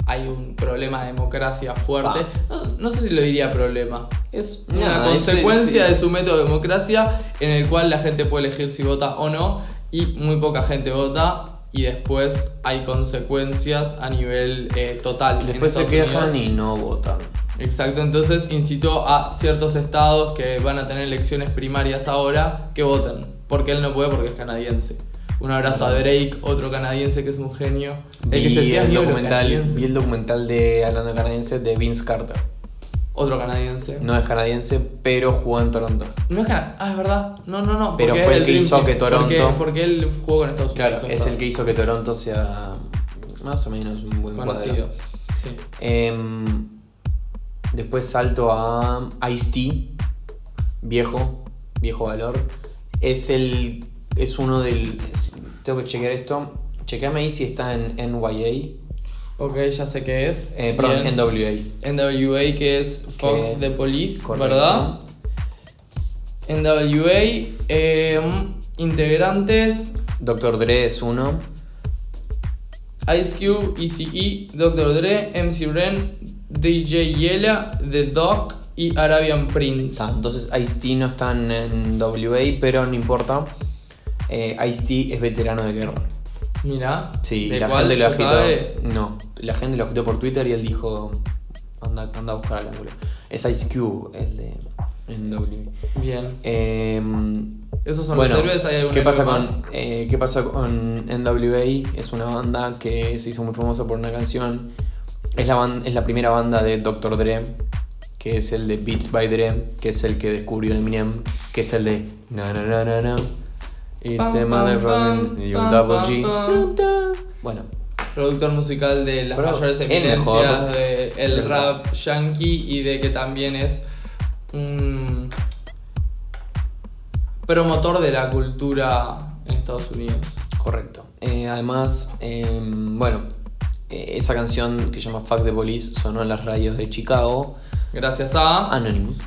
Speaker 2: hay un problema de democracia fuerte. No, no sé si lo diría problema. Es una
Speaker 1: No, es-
Speaker 2: consecuencia
Speaker 1: sí.
Speaker 2: de su método de democracia en el cual la gente puede elegir si vota o no y muy poca gente vota. Y después hay consecuencias a nivel eh, total. en
Speaker 1: Después se
Speaker 2: Estados
Speaker 1: quejan
Speaker 2: Unidos.
Speaker 1: y no votan.
Speaker 2: Exacto, entonces incitó a ciertos estados que van a tener elecciones primarias ahora que voten, porque él no puede porque es canadiense. Un abrazo a Drake, otro canadiense que es un genio. El que
Speaker 1: Vi
Speaker 2: se decía,
Speaker 1: el,
Speaker 2: "Yo, los
Speaker 1: documental,
Speaker 2: canadienses".
Speaker 1: vi el documental de Hablando Canadiense de Vince Carter.
Speaker 2: Otro canadiense.
Speaker 1: No es canadiense, pero jugó en Toronto.
Speaker 2: No es canadiense, ah, es verdad. No, no, no.
Speaker 1: Pero
Speaker 2: porque
Speaker 1: fue
Speaker 2: es
Speaker 1: el que
Speaker 2: Dream
Speaker 1: hizo
Speaker 2: Team.
Speaker 1: que Toronto-
Speaker 2: Porque, porque él jugó con Estados Unidos.
Speaker 1: Claro, es el que hizo que Toronto sea más o menos un buen cuadro.
Speaker 2: conocido. Sí.
Speaker 1: Em, después salto a Ice-T, viejo, viejo valor. Es el. Es uno del. es- tengo que chequear esto. Chequeame ahí si está en NYA.
Speaker 2: Ok, ya sé qué es.
Speaker 1: Eh, perdón,
Speaker 2: Bien.
Speaker 1: NWA.
Speaker 2: NWA que es
Speaker 1: Que-
Speaker 2: Fuck the Police,
Speaker 1: correcto.
Speaker 2: ¿verdad? NWA, eh, integrantes
Speaker 1: Doctor Dre es uno.
Speaker 2: Ice Cube, ECE, Dr. Dre, MC Ren, DJ Yela, The Doc y Arabian Prince.
Speaker 1: Está, entonces Ice-T no está en, en WA, pero no importa. Eh, Ice-T es veterano de guerra.
Speaker 2: Mira,
Speaker 1: Sí,
Speaker 2: ¿de
Speaker 1: la
Speaker 2: cuál
Speaker 1: gente lo
Speaker 2: se
Speaker 1: agitó.
Speaker 2: sabe?
Speaker 1: No, la gente lo agitó por Twitter y él dijo: anda, anda a buscar al ángulo. Es Ice Cube, el de NW.
Speaker 2: Bien,
Speaker 1: Em,
Speaker 2: esos son
Speaker 1: bueno,
Speaker 2: los héroes. ¿Hay alguna
Speaker 1: ¿qué pasa,
Speaker 2: otra
Speaker 1: con, eh, ¿qué pasa con NWA? Es una banda que se hizo muy famosa por una canción. Es la, ban- es la primera banda de Dr. Dre, que es el de Beats by Dre, que es el que descubrió Eminem, que es el de na na na na na. It's
Speaker 2: Pam,
Speaker 1: the
Speaker 2: pam,
Speaker 1: motherfucking
Speaker 2: pam,
Speaker 1: you
Speaker 2: pam,
Speaker 1: double
Speaker 2: pam,
Speaker 1: G.
Speaker 2: pam.
Speaker 1: Snoop Dogg. Bueno,
Speaker 2: productor musical de las
Speaker 1: Pero
Speaker 2: mayores
Speaker 1: el mejor
Speaker 2: evidencias del
Speaker 1: del
Speaker 2: rap yankee y de que también es un promotor de la cultura en Estados Unidos.
Speaker 1: correcto. Eh, además, em, bueno, eh, esa canción que se llama Fuck the Police sonó en las radios de Chicago.
Speaker 2: Gracias a...
Speaker 1: Anonymous.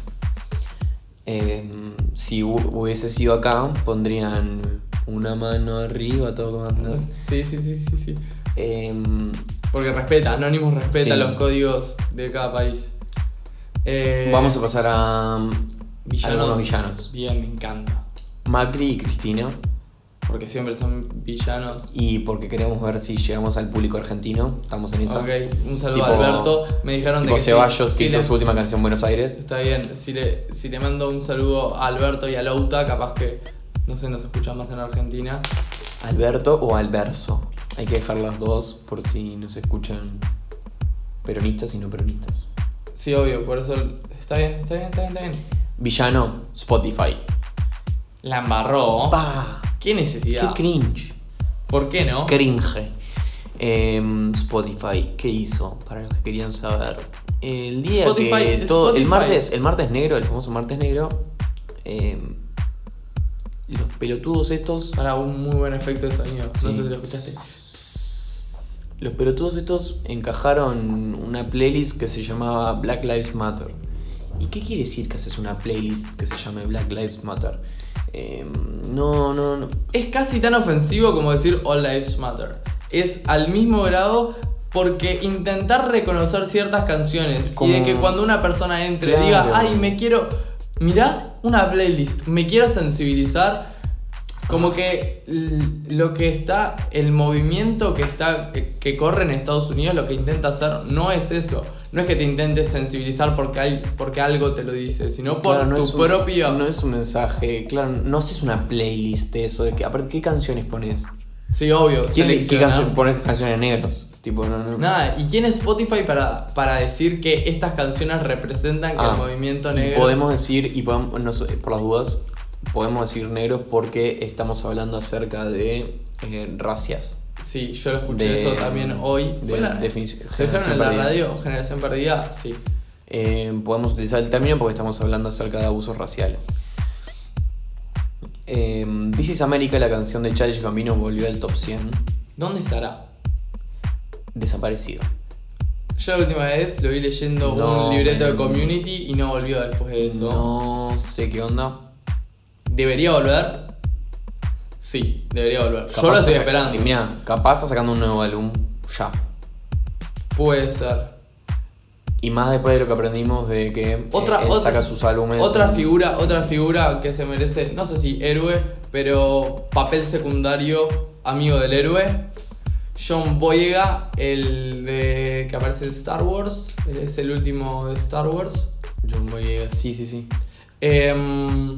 Speaker 1: Eh, si hu- hubiese sido acá, pondrían una mano arriba, todo como.
Speaker 2: Sí, sí, sí, sí, sí.
Speaker 1: Em,
Speaker 2: Porque respeta, Anonymous respeta
Speaker 1: Sí.
Speaker 2: los códigos de cada país. Eh,
Speaker 1: vamos a pasar a um, algunos villanos.
Speaker 2: Bien, me encanta.
Speaker 1: Macri y Cristina.
Speaker 2: Porque siempre son villanos.
Speaker 1: Y porque queremos ver si llegamos al público argentino. Estamos en esa.
Speaker 2: Ok, un saludo
Speaker 1: Tipo-
Speaker 2: a Alberto. Me dijeron de
Speaker 1: Tipo
Speaker 2: que sí,
Speaker 1: Ceballos, que
Speaker 2: sí
Speaker 1: hizo
Speaker 2: le-
Speaker 1: su última canción en Buenos Aires.
Speaker 2: Está bien, si le, si le mando un saludo a Alberto y a Lauta, capaz que, no sé, nos escuchan más en Argentina.
Speaker 1: Alberto o Alverso. Hay que dejar las dos por si nos escuchan peronistas y no peronistas.
Speaker 2: Sí, obvio, por eso está bien, está bien, está bien, está bien.
Speaker 1: Villano, Spotify.
Speaker 2: La embarró.
Speaker 1: ¡Pah!
Speaker 2: ¿Qué
Speaker 1: ¡Qué
Speaker 2: necesidad?
Speaker 1: cringe!
Speaker 2: ¿Por qué no?
Speaker 1: Cringe. Em, Spotify, ¿qué hizo? Para los que querían saber. El día
Speaker 2: Spotify-
Speaker 1: que todo. El
Speaker 2: Spotify.
Speaker 1: martes. El martes negro, el famoso martes negro. em, los pelotudos estos.
Speaker 2: Para un muy buen efecto de sonido. No sé si lo escuchaste.
Speaker 1: Los pelotudos estos encajaron una playlist que se llamaba Black Lives Matter. ¿Y qué quiere decir que haces una playlist que se llame Black Lives Matter? Em, no, no, no.
Speaker 2: Es casi tan ofensivo como decir All Lives Matter. Es al mismo grado porque intentar reconocer ciertas canciones
Speaker 1: Como-
Speaker 2: y de que cuando una persona entre
Speaker 1: Claro.
Speaker 2: diga, ay, me quiero, mirá una playlist, me quiero sensibilizar, como que l- lo que está, el movimiento que, está, que, que corre en Estados Unidos, lo que intenta hacer no es eso. No es que te intentes sensibilizar porque, hay, porque algo te lo dice, sino por
Speaker 1: Claro,
Speaker 2: tu
Speaker 1: es un-
Speaker 2: propio...
Speaker 1: No es un mensaje, claro, no haces una playlist de eso, de que, aparte, ¿qué canciones pones?
Speaker 2: Sí, obvio.
Speaker 1: ¿Quién le- ¿Qué
Speaker 2: seleccionar.
Speaker 1: canciones pones canciones negros? Tipo, no, no.
Speaker 2: Nada, ¿y quién es Spotify para, para decir que estas canciones representan que
Speaker 1: Ah,
Speaker 2: el movimiento
Speaker 1: y
Speaker 2: negro?
Speaker 1: podemos decir, y podemos, no sé, por las dudas, podemos decir negros porque estamos hablando acerca de eh, racias.
Speaker 2: Sí, yo lo escuché
Speaker 1: de-
Speaker 2: eso también hoy.
Speaker 1: de-
Speaker 2: ¿Fue la-
Speaker 1: definición-
Speaker 2: ¿Dejaron
Speaker 1: generación
Speaker 2: en la
Speaker 1: perdida.
Speaker 2: radio? ¿Generación perdida? Sí.
Speaker 1: eh, podemos utilizar el término porque estamos hablando acerca de abusos raciales. Eh, This is America, la canción de Childish Gambino, volvió al top 100.
Speaker 2: ¿Dónde estará?
Speaker 1: Desaparecido.
Speaker 2: Yo la última vez lo vi leyendo
Speaker 1: No,
Speaker 2: un libreto de
Speaker 1: man.
Speaker 2: community y no volvió después de eso.
Speaker 1: No sé qué onda.
Speaker 2: ¿Debería volver? Sí, debería volver. Yo lo
Speaker 1: Capaz
Speaker 2: estoy
Speaker 1: está sac-
Speaker 2: esperando.
Speaker 1: Y mira, capaz está sacando un nuevo álbum ya.
Speaker 2: Puede ser.
Speaker 1: Y más después de lo que aprendimos de que
Speaker 2: Otra-
Speaker 1: él
Speaker 2: otra-
Speaker 1: saca sus álbumes.
Speaker 2: Otra
Speaker 1: en-
Speaker 2: figura, otra figura que se merece, no sé si héroe, pero papel secundario, amigo del héroe. John Boyega, el de que aparece en Star Wars, él es el último de Star Wars.
Speaker 1: John Boyega, sí, sí, sí.
Speaker 2: Em,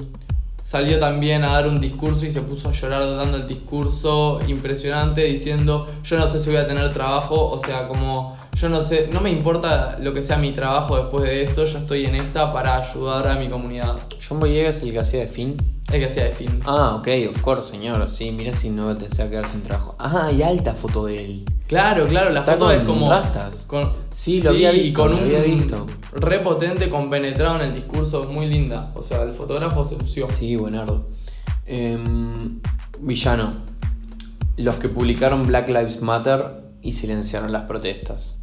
Speaker 2: salió también a dar un discurso y se puso a llorar dando el discurso impresionante diciendo yo no sé si voy a tener trabajo, o sea, como yo no sé, no me importa lo que sea mi trabajo después de esto, yo estoy en esta para ayudar a mi comunidad.
Speaker 1: John Boyega es el que hacía de Finn.
Speaker 2: El que hacía de film.
Speaker 1: Ah, ok, of course, señor. Sí, mira si no te sea quedar sin trabajo. Ah, y alta foto de él.
Speaker 2: Claro, claro, la
Speaker 1: Está
Speaker 2: foto
Speaker 1: con
Speaker 2: es como.
Speaker 1: rastas.
Speaker 2: con-
Speaker 1: Sí, lo había
Speaker 2: y
Speaker 1: visto,
Speaker 2: con
Speaker 1: lo
Speaker 2: un
Speaker 1: había visto.
Speaker 2: repotente compenetrado en el discurso, muy linda. O sea, el fotógrafo se lució.
Speaker 1: Sí, buenardo. Em, villano. Los que publicaron Black Lives Matter y silenciaron las protestas.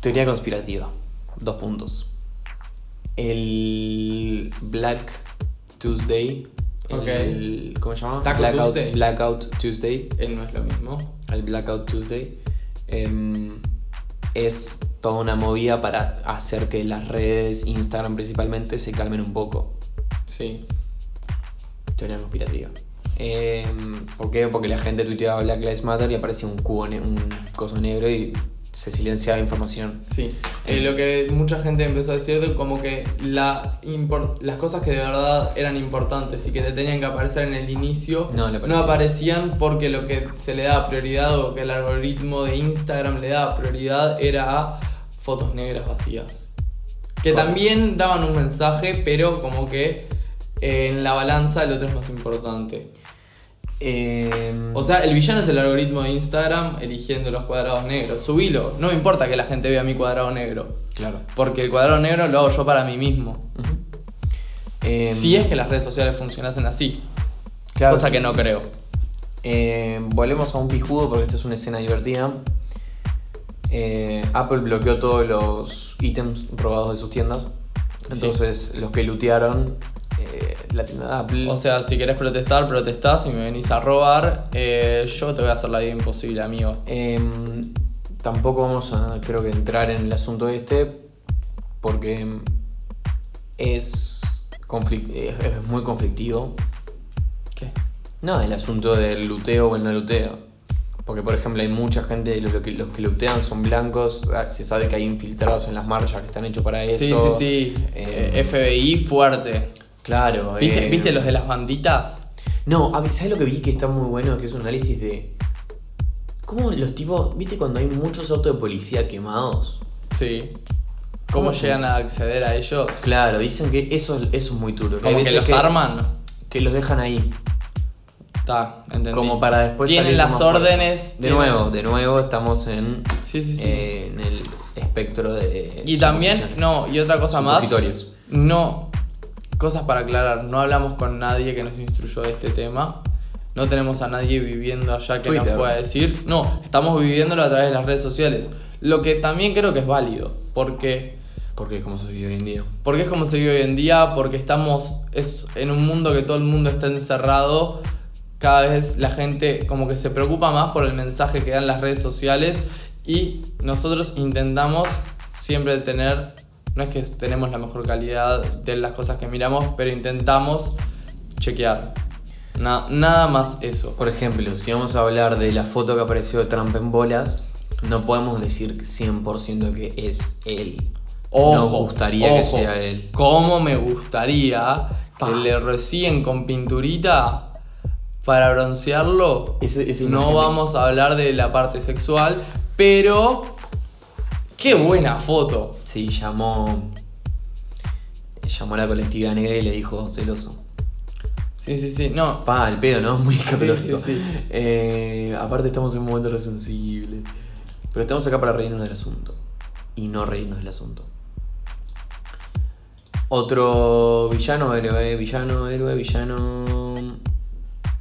Speaker 1: Teoría conspirativa. Dos puntos. El Black Tuesday.
Speaker 2: Ok.
Speaker 1: el- ¿Cómo se llama?
Speaker 2: Taco
Speaker 1: Blackout
Speaker 2: Tuesday.
Speaker 1: Blackout Tuesday.
Speaker 2: Él no es lo mismo.
Speaker 1: al Blackout Tuesday, em, es toda una movida para hacer que las redes, Instagram principalmente, se calmen un poco.
Speaker 2: Sí.
Speaker 1: Teoría conspirativa. Em, ¿Por qué? Porque la gente tuiteaba Black Lives Matter y aparecía un cubo, ne- un coso negro y se silenciaba información.
Speaker 2: Sí. Eh, lo que mucha gente empezó a decir, de como que la impor- las cosas que de verdad eran importantes y que te tenían que aparecer en el inicio
Speaker 1: No, le
Speaker 2: no
Speaker 1: aparecía.
Speaker 2: aparecían porque lo que se le daba prioridad o que el algoritmo de Instagram le daba prioridad era a fotos negras vacías. Que
Speaker 1: Claro.
Speaker 2: también daban un mensaje, pero como que eh, en la balanza el otro es más importante.
Speaker 1: Em,
Speaker 2: O sea, el villano es el algoritmo de Instagram eligiendo los cuadrados negros. Subilo, no me importa que la gente vea mi cuadrado negro.
Speaker 1: claro.
Speaker 2: Porque el cuadrado negro lo hago yo para mí mismo.
Speaker 1: Ujú. Em,
Speaker 2: Si es que las redes sociales funcionasen así.
Speaker 1: claro,
Speaker 2: cosa
Speaker 1: sí,
Speaker 2: que
Speaker 1: sí.
Speaker 2: no creo.
Speaker 1: Eh, volvemos a un pijudo porque esta es una escena divertida. Eh, Apple bloqueó todos los ítems robados de sus tiendas. Entonces, los que lootearon eh, la tienda de Apple.
Speaker 2: O sea, si querés protestar, protestás. Si me venís a robar, eh, yo te voy a hacer la vida imposible, amigo.
Speaker 1: Em, tampoco vamos a, creo que, entrar en el asunto este porque em, es, conflic- es- es muy conflictivo.
Speaker 2: ¿Qué?
Speaker 1: No, el asunto del luteo o el no luteo. Porque, por ejemplo, hay mucha gente, los que, los que lutean son blancos, ah, se sabe que hay infiltrados en las marchas que están hechos para eso.
Speaker 2: Sí, sí, sí.
Speaker 1: eh,
Speaker 2: Eh, FBI fuerte.
Speaker 1: Claro.
Speaker 2: ¿Viste,
Speaker 1: eh,
Speaker 2: ¿Viste los de las banditas?
Speaker 1: No, a mí- ¿sabes lo que vi que está muy bueno? Que es un análisis de... ¿Cómo los tipos... ¿Viste cuando hay muchos autos de policía quemados?
Speaker 2: Sí. ¿Cómo
Speaker 1: ¿Cómo?
Speaker 2: llegan a acceder a ellos?
Speaker 1: Claro, dicen que eso, eso es muy duro. hay
Speaker 2: Como que
Speaker 1: veces
Speaker 2: los arman.
Speaker 1: Que los dejan ahí.
Speaker 2: Está, entendí.
Speaker 1: Como para después...
Speaker 2: Tienen
Speaker 1: salir con
Speaker 2: las
Speaker 1: más fuerza.
Speaker 2: órdenes.
Speaker 1: De
Speaker 2: tienen-
Speaker 1: nuevo, de nuevo estamos en...
Speaker 2: Sí, sí, sí.
Speaker 1: eh, en el espectro de...
Speaker 2: y también,
Speaker 1: suposiciones.
Speaker 2: no, y otra cosa más.
Speaker 1: Supositorios.
Speaker 2: No, cosas para aclarar, no hablamos con nadie que nos instruyó de este tema. No tenemos a nadie viviendo allá que nos
Speaker 1: Twitter.
Speaker 2: pueda decir. No, estamos viviéndolo a través de las redes sociales. Lo que también creo que es válido, porque,
Speaker 1: Porque es como se vive hoy en día.
Speaker 2: porque es como se vive hoy en día, porque estamos es en un mundo que todo el mundo está encerrado. Cada vez la gente como que se preocupa más por el mensaje que dan las redes sociales y nosotros intentamos siempre tener, no es que tenemos la mejor calidad de las cosas que miramos, pero intentamos chequear. Na- nada más eso.
Speaker 1: Por ejemplo, si vamos a hablar de la foto que apareció de Trump en bolas, no podemos decir 100% que es él. Nos gustaría que
Speaker 2: ojo,
Speaker 1: sea él.
Speaker 2: ¿Cómo me gustaría
Speaker 1: Pa.
Speaker 2: que le rocíen con pinturita para broncearlo?
Speaker 1: Ese- esa
Speaker 2: no
Speaker 1: imagen-
Speaker 2: vamos a hablar de la parte sexual, pero qué buena foto.
Speaker 1: Sí, llamó. Llamó a la colectiva negra y le dijo celoso.
Speaker 2: Sí, sí, sí. No,
Speaker 1: Pa, el pedo, ¿no? Muy
Speaker 2: sí,
Speaker 1: escatológico.
Speaker 2: sí.
Speaker 1: Eh, aparte, estamos en un momento resensible. Pero estamos acá para reírnos del asunto. Y no reírnos del asunto. Otro villano, héroe, villano, héroe, villano.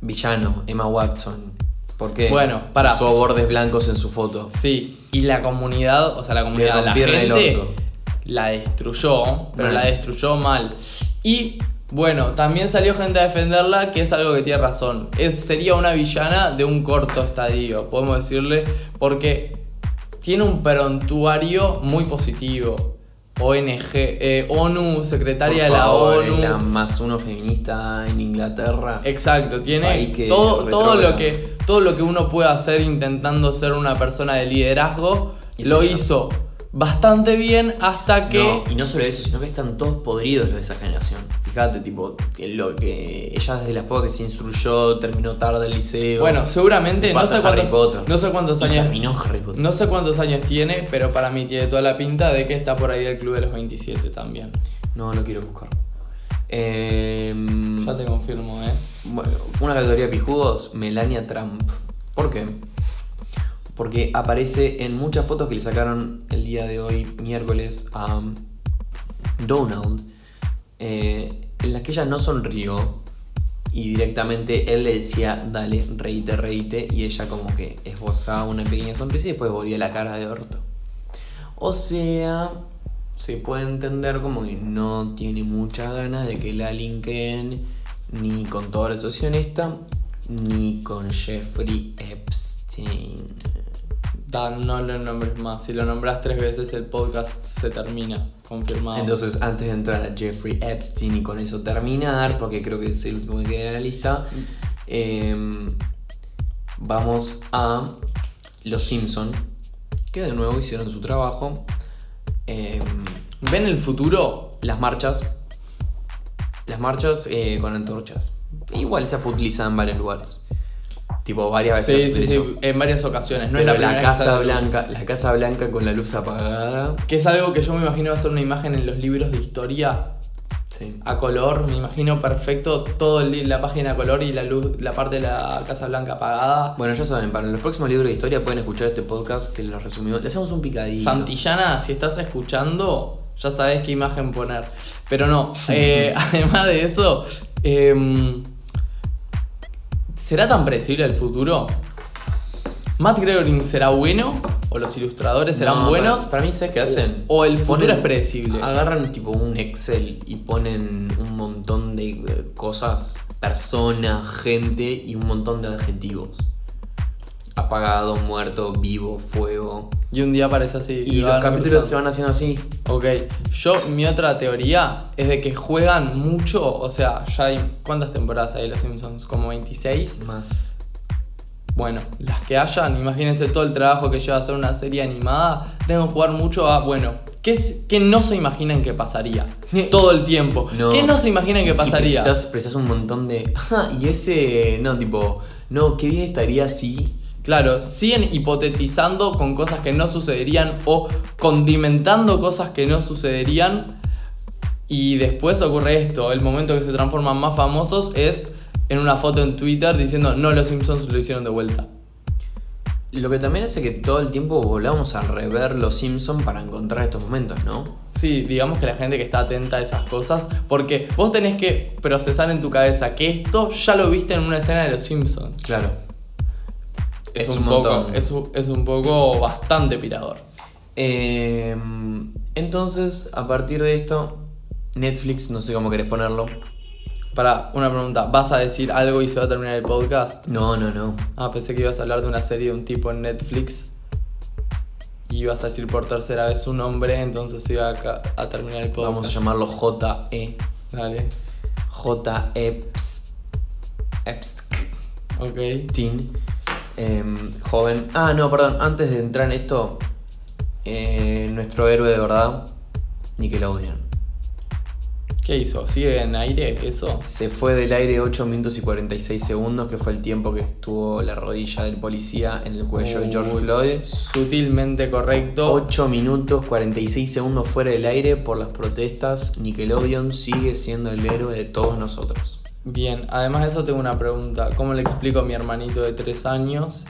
Speaker 1: Villano, Emma Watson. ¿Por qué?
Speaker 2: Bueno, pará.
Speaker 1: Usó bordes blancos en su foto.
Speaker 2: Sí, y la comunidad, o sea, la comunidad, la
Speaker 1: rompieron el
Speaker 2: gente
Speaker 1: orto.
Speaker 2: la destruyó, pero
Speaker 1: Mal.
Speaker 2: la destruyó mal. Y bueno, también salió gente a defenderla, que es algo que tiene razón. Es, sería una villana de un corto estadio, podemos decirle, porque tiene un prontuario muy positivo. ONG, eh, ONU, secretaria
Speaker 1: Por
Speaker 2: de la
Speaker 1: favor,
Speaker 2: ONU.
Speaker 1: es la más uno feminista en Inglaterra.
Speaker 2: Exacto, tiene
Speaker 1: País que
Speaker 2: todo, todo
Speaker 1: retrógrada.
Speaker 2: lo que todo lo que uno puede hacer intentando ser una persona de liderazgo
Speaker 1: Y
Speaker 2: lo
Speaker 1: eso yo.
Speaker 2: hizo bastante bien hasta que
Speaker 1: No, y no solo eso, sino que están todos podridos los de esa generación. Fíjate, tipo, en lo que ella desde las pocas que se instruyó, terminó tarde el liceo.
Speaker 2: bueno, seguramente no
Speaker 1: Pasa
Speaker 2: sé
Speaker 1: Harry
Speaker 2: cuántos,
Speaker 1: Potter.
Speaker 2: no sé cuántos
Speaker 1: y
Speaker 2: años
Speaker 1: terminó Harry Potter.
Speaker 2: no sé cuántos años tiene, pero para mí tiene toda la pinta de que está por ahí del club de los 27 también.
Speaker 1: No, lo quiero buscar. Em,
Speaker 2: Ya te confirmo, eh.
Speaker 1: Bueno, una categoría de pijudos, Melania Trump. ¿Por qué? Porque aparece en muchas fotos que le sacaron el día de hoy, miércoles, a um, Donald, eh, en las que ella no sonrió y directamente él le decía, dale, reíte, reíte, y ella como que esbozaba una pequeña sonrisa y después volvía la cara de orto. O sea, se puede entender como que no tiene muchas ganas de que la linken ni con toda la situación esta, ni con Jeffrey Epstein.
Speaker 2: Dan, no lo nombres más. Si lo nombras tres veces el podcast se termina. Confirmado.
Speaker 1: Entonces, antes de entrar a Jeffrey Epstein y con eso terminar, porque creo que es el último que queda en la lista, em, vamos a Los Simpson, que de nuevo hicieron su trabajo. Em,
Speaker 2: ¿Ven el futuro?
Speaker 1: las marchas. Las marchas eh, con antorchas. Igual se fue utilizada en varios lugares. Tipo, varias
Speaker 2: Sí,
Speaker 1: veces. Ah, se
Speaker 2: sí,
Speaker 1: utilizó.
Speaker 2: sí, en varias ocasiones. No
Speaker 1: Pero
Speaker 2: es la,
Speaker 1: la
Speaker 2: primera vez que
Speaker 1: Casa
Speaker 2: sale a la luz.
Speaker 1: Blanca, la Casa Blanca con la luz apagada.
Speaker 2: Que es algo que yo me imagino va a ser una imagen en los libros de historia
Speaker 1: Sí.
Speaker 2: a color. Me imagino perfecto todo el, li- la página a color y la luz, la parte de la Casa Blanca apagada.
Speaker 1: Bueno, ya saben, para los próximos libros de historia pueden escuchar este podcast que los resumimos. Le hacemos un picadito.
Speaker 2: Santillana, si estás escuchando, ya sabes qué imagen poner. Pero no, eh, además de eso, em, ¿será tan predecible el futuro? ¿Matt Gregoring será bueno? ¿O los ilustradores serán
Speaker 1: No,
Speaker 2: buenos?
Speaker 1: Para, para mí, ¿sabes qué hacen?
Speaker 2: O el futuro
Speaker 1: Ponen-
Speaker 2: es predecible.
Speaker 1: Agarran tipo un Excel y ponen un montón de eh, cosas, personas, gente y un montón de adjetivos. Apagado, muerto, vivo, fuego.
Speaker 2: Y un día aparece así.
Speaker 1: Y
Speaker 2: lo
Speaker 1: los
Speaker 2: van
Speaker 1: capítulos se
Speaker 2: cruzando.
Speaker 1: van haciendo así.
Speaker 2: Ok, yo mi otra teoría es de que juegan mucho, o sea, ya hay cuántas temporadas hay de Los Simpsons, como 26.
Speaker 1: Más.
Speaker 2: Bueno, las que hayan, imagínense todo el trabajo que lleva hacer una serie animada, deben jugar mucho a, bueno, ¿qué, es, qué no se imaginan que pasaría? Todo el tiempo.
Speaker 1: No.
Speaker 2: ¿Qué no se imaginan que
Speaker 1: Y
Speaker 2: pasaría?
Speaker 1: precisas, precisas un montón de. "Ah, y ese. No, tipo. No, qué bien estaría si.
Speaker 2: Claro, siguen hipotetizando con cosas que no sucederían o condimentando cosas que no sucederían. Y después ocurre esto, el momento que se transforman más famosos es en una foto en Twitter diciendo, no, los Simpsons lo hicieron de vuelta.
Speaker 1: Lo que también hace que todo el tiempo volvamos a rever los Simpsons para encontrar estos momentos, ¿no?
Speaker 2: Sí, digamos que la gente que está atenta a esas cosas, porque vos tenés que procesar en tu cabeza que esto ya lo viste en una escena de los Simpsons.
Speaker 1: Claro.
Speaker 2: Es,
Speaker 1: Es
Speaker 2: un,
Speaker 1: un
Speaker 2: poco,
Speaker 1: montón.
Speaker 2: es, un- es un poco bastante pirador.
Speaker 1: Eh, entonces, a partir de esto, Netflix, no sé cómo querés ponerlo.
Speaker 2: Para una pregunta, ¿vas a decir algo y se va a terminar el podcast?
Speaker 1: No, no, no.
Speaker 2: Ah, pensé que ibas a hablar de una serie de un tipo en Netflix. Y ibas a decir por tercera vez su nombre, entonces iba a, ca- a terminar el podcast.
Speaker 1: Vamos a llamarlo JE.
Speaker 2: Dale.
Speaker 1: J E, Eps. Epstein.
Speaker 2: Ok.
Speaker 1: Em, joven. Ah, no, perdón. Antes de entrar en esto, eh, nuestro héroe de verdad, Nickelodeon.
Speaker 2: ¿Qué hizo? ¿Sigue en aire eso?
Speaker 1: Se fue del aire 8 minutos y 46 segundos, que fue el tiempo que estuvo la rodilla del policía en el cuello de George
Speaker 2: Uy.
Speaker 1: Floyd.
Speaker 2: Sutilmente correcto.
Speaker 1: 8 minutos 46 segundos fuera del aire por las protestas. Nickelodeon sigue siendo el héroe de todos nosotros.
Speaker 2: Bien, además de eso tengo una pregunta. ¿Cómo le explico a mi hermanito de 3 años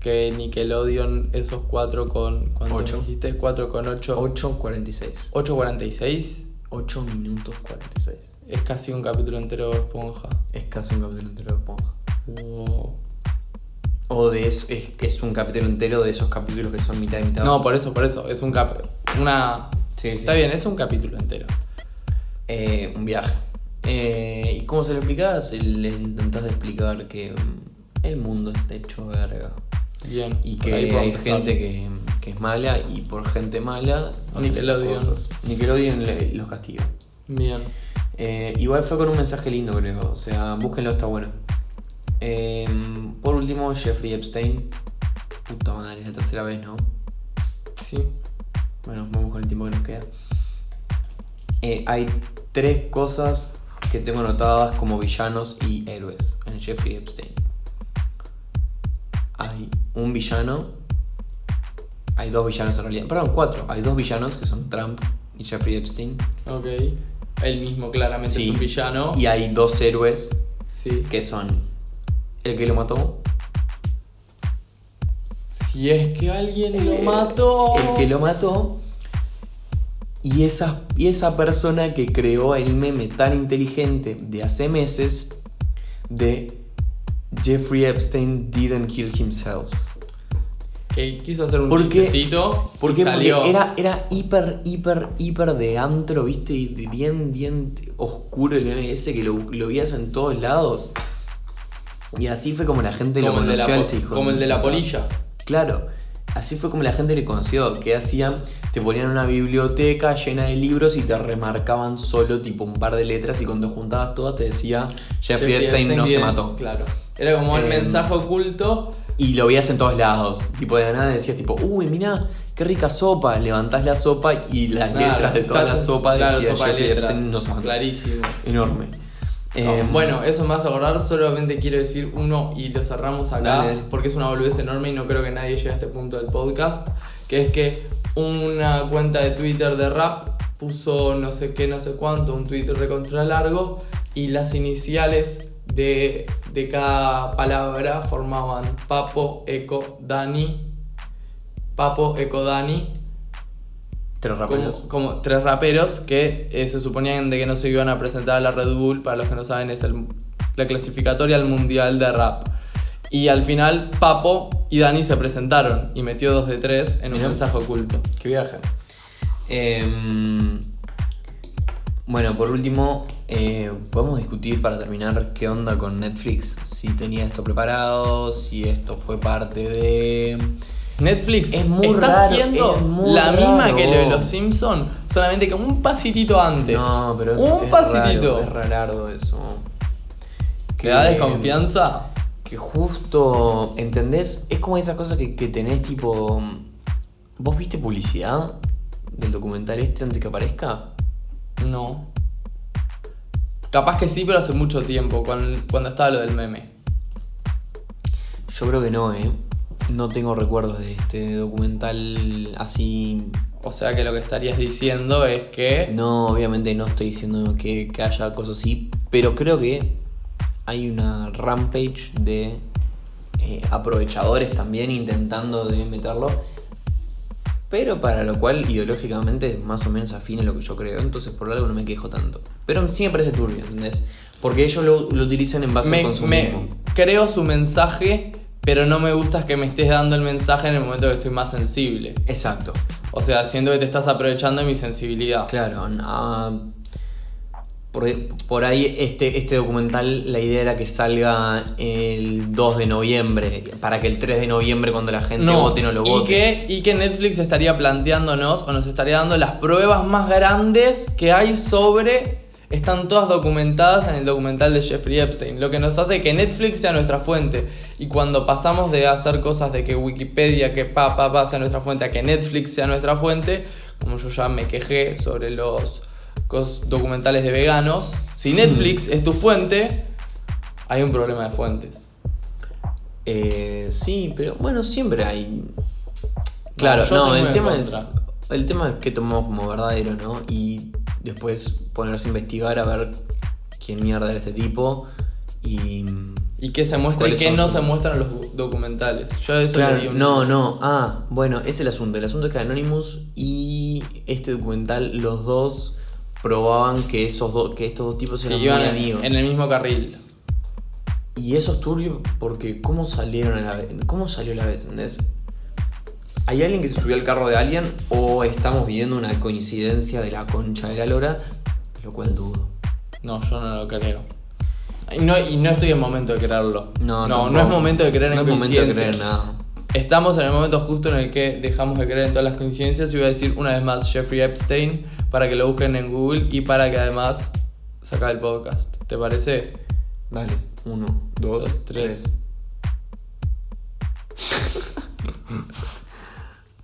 Speaker 2: que Nickelodeon esos 4 con... ¿Cuánto
Speaker 1: Ocho.
Speaker 2: me dijiste? 4 con 8.
Speaker 1: 8.46.
Speaker 2: 8.46.
Speaker 1: 8 minutos 46.
Speaker 2: Es casi un capítulo entero de esponja.
Speaker 1: Es casi un capítulo entero de Esponja.
Speaker 2: Wow.
Speaker 1: O de es, es, es un capítulo entero de esos capítulos que son mitad y mitad.
Speaker 2: No, por eso, por eso. Es un cap. Una.
Speaker 1: Sí, sí.
Speaker 2: Está bien, es un capítulo entero.
Speaker 1: Eh, un viaje. Eh, ¿Y cómo se lo explicás? Se Le intentás explicar que mm, el mundo está hecho verga.
Speaker 2: Bien.
Speaker 1: Y
Speaker 2: por
Speaker 1: que
Speaker 2: ahí puedo
Speaker 1: hay
Speaker 2: empezar.
Speaker 1: gente que, que es mala y por gente mala hacen esas
Speaker 2: Nickelodeon.
Speaker 1: cosas. Nickelodeon le- los castiga.
Speaker 2: Bien.
Speaker 1: Eh, igual fue con un mensaje lindo, creo. O sea, búsquenlo, está bueno. Eh, por último, Jeffrey Epstein. Puta madre, es la tercera vez, ¿no?
Speaker 2: Sí.
Speaker 1: Bueno, vamos con el tiempo que nos queda. Eh, hay tres cosas que tengo anotadas como villanos y héroes en Jeffrey Epstein. Hay un villano. Hay dos villanos en realidad. Perdón, cuatro. Hay dos villanos que son Trump y Jeffrey Epstein.
Speaker 2: Ok. Él mismo claramente
Speaker 1: Sí.
Speaker 2: es un villano.
Speaker 1: Y hay dos héroes
Speaker 2: Sí.
Speaker 1: que son el que lo mató,
Speaker 2: Si es que alguien lo mató.
Speaker 1: el que lo mató y esa, y esa persona que creó el meme tan inteligente de hace meses de Jeffrey Epstein didn't kill himself.
Speaker 2: Que quiso hacer un
Speaker 1: ¿Por qué?
Speaker 2: chistecito.
Speaker 1: ¿Por
Speaker 2: y
Speaker 1: qué? Porque
Speaker 2: salió.
Speaker 1: era, era hiper, hiper, hiper de antro, viste, y de bien, bien oscuro el meme ese que lo, lo veías en todos lados. Y así fue como la gente lo
Speaker 2: como, el de
Speaker 1: conoció
Speaker 2: la,
Speaker 1: a
Speaker 2: po-
Speaker 1: este hijo
Speaker 2: como el de la
Speaker 1: puta.
Speaker 2: polilla.
Speaker 1: Claro, así fue como la gente le conoció, que hacían, te ponían una biblioteca llena de libros y te remarcaban solo tipo un par de letras y cuando juntabas todas te decía Jeffrey Epstein no se
Speaker 2: bien,
Speaker 1: mató.
Speaker 2: Claro. Era como el
Speaker 1: Eh,
Speaker 2: mensaje oculto.
Speaker 1: Y lo veías en todos lados, tipo de la nada decías tipo, uy, mirá, qué rica sopa, levantás la sopa y las
Speaker 2: Claro,
Speaker 1: letras de toda la
Speaker 2: estás-
Speaker 1: sopa
Speaker 2: claro,
Speaker 1: decía
Speaker 2: sopa de
Speaker 1: Jeffrey
Speaker 2: letras,
Speaker 1: Epstein no se mató.
Speaker 2: Clarísimo.
Speaker 1: Enorme.
Speaker 2: No,
Speaker 1: Eh,
Speaker 2: bueno, eso más acordar, solamente quiero decir uno y lo cerramos acá
Speaker 1: Dale, dale.
Speaker 2: porque es una boludez enorme y no creo que nadie llegue a este punto del podcast, que es que una cuenta de Twitter de rap puso no sé qué, no sé cuánto, un Twitter recontra largo y las iniciales de, de cada palabra formaban Papo, Eco, Dani, Papo, Eco, Dani,
Speaker 1: te lo
Speaker 2: como,
Speaker 1: raperos.
Speaker 2: como tres raperos que eh, se suponían de que no se iban a presentar a la Red Bull, para los que no saben es el- la clasificatoria al Mundial de Rap. Y al final Papo y Dani se presentaron y metió dos de tres en un
Speaker 1: Mirá.
Speaker 2: mensaje oculto.
Speaker 1: Que viaja. Em, bueno, por último, eh, podemos discutir para terminar qué onda con Netflix. Si tenía esto preparado, si esto fue parte de.
Speaker 2: Netflix
Speaker 1: Es muy
Speaker 2: está
Speaker 1: raro,
Speaker 2: haciendo
Speaker 1: es muy
Speaker 2: la misma
Speaker 1: raro.
Speaker 2: que lo de los Simpsons, solamente que un pasitito antes.
Speaker 1: No, pero es-
Speaker 2: un
Speaker 1: es
Speaker 2: pasitito.
Speaker 1: raro, es rarardo eso.
Speaker 2: ¿Te da desconfianza?
Speaker 1: Que justo. ¿Entendés? Es como esas cosas que, que tenés tipo. ¿Vos viste publicidad del documental este antes que aparezca?
Speaker 2: No. Capaz que sí, pero hace mucho tiempo, cuando, cuando estaba lo del meme.
Speaker 1: Yo creo que no, ¿eh? No tengo recuerdos de este documental así.
Speaker 2: O sea que lo que estarías diciendo es que.
Speaker 1: No, obviamente no estoy diciendo que, que haya cosas así, pero creo que hay una rampage de eh, aprovechadores también intentando de meterlo. Pero para lo cual ideológicamente es más o menos afín a lo que yo creo, entonces por algo no me quejo tanto. Pero sí me parece turbio, ¿entendés? Porque ellos lo, lo utilizan en base
Speaker 2: me,
Speaker 1: al consumismo.
Speaker 2: me- creo su mensaje, pero no me gusta que me estés dando el mensaje en el momento que estoy más sensible.
Speaker 1: Exacto.
Speaker 2: O sea, siento que te estás aprovechando de mi sensibilidad.
Speaker 1: Claro, no. Por, por ahí este, este documental, la idea era que salga el 2 de noviembre, para que el 3 de noviembre cuando la gente vote no lo
Speaker 2: y
Speaker 1: vote.
Speaker 2: que, y que Netflix estaría planteándonos o nos estaría dando las pruebas más grandes que hay sobre. Están todas documentadas en el documental de Jeffrey Epstein, lo que nos hace que Netflix sea nuestra fuente. Y cuando pasamos de hacer cosas de que Wikipedia, que pa, pa, pa sea nuestra fuente, a que Netflix sea nuestra fuente, como yo ya me quejé sobre los cos- documentales de veganos,
Speaker 1: Mm.
Speaker 2: si Netflix es tu fuente, hay un problema de fuentes.
Speaker 1: Eh, sí, pero bueno, siempre hay. Claro,
Speaker 2: yo
Speaker 1: no,
Speaker 2: estoy muy
Speaker 1: el
Speaker 2: en
Speaker 1: tema es.
Speaker 2: contra.
Speaker 1: El tema es que tomamos como verdadero, ¿no? Y después ponerse a investigar a ver quién mierda era este tipo. Y.
Speaker 2: Y qué se muestra y
Speaker 1: ¿Cuáles
Speaker 2: qué
Speaker 1: son
Speaker 2: no
Speaker 1: sus-
Speaker 2: se muestra en los docu- documentales. Yo eso le di
Speaker 1: Claro,
Speaker 2: un-
Speaker 1: no, no. Ah, bueno, es el asunto. El asunto es que Anonymous y este documental, los dos probaban que, esos dos que estos dos tipos
Speaker 2: Sí,
Speaker 1: eran
Speaker 2: iban
Speaker 1: muy
Speaker 2: en,
Speaker 1: amigos.
Speaker 2: en el mismo carril.
Speaker 1: Y eso es turbio porque ¿cómo salieron a la vez? ¿Cómo salió a la vez? ¿Entendés? ¿Hay alguien que se subió al carro de alguien o estamos viviendo una coincidencia de la concha de la lora? Lo cual dudo.
Speaker 2: No, yo no lo creo. Y no, y no estoy en momento de creerlo.
Speaker 1: No,
Speaker 2: no,
Speaker 1: tampoco.
Speaker 2: es momento de creer en
Speaker 1: No es momento de
Speaker 2: coincidencias.
Speaker 1: creer en nada.
Speaker 2: Estamos en el momento justo en el que dejamos de creer en todas las coincidencias y voy a decir una vez más Jeffrey Epstein para que lo busquen en Google y para que además saca el podcast. ¿Te parece?
Speaker 1: Dale, uno, dos, tres.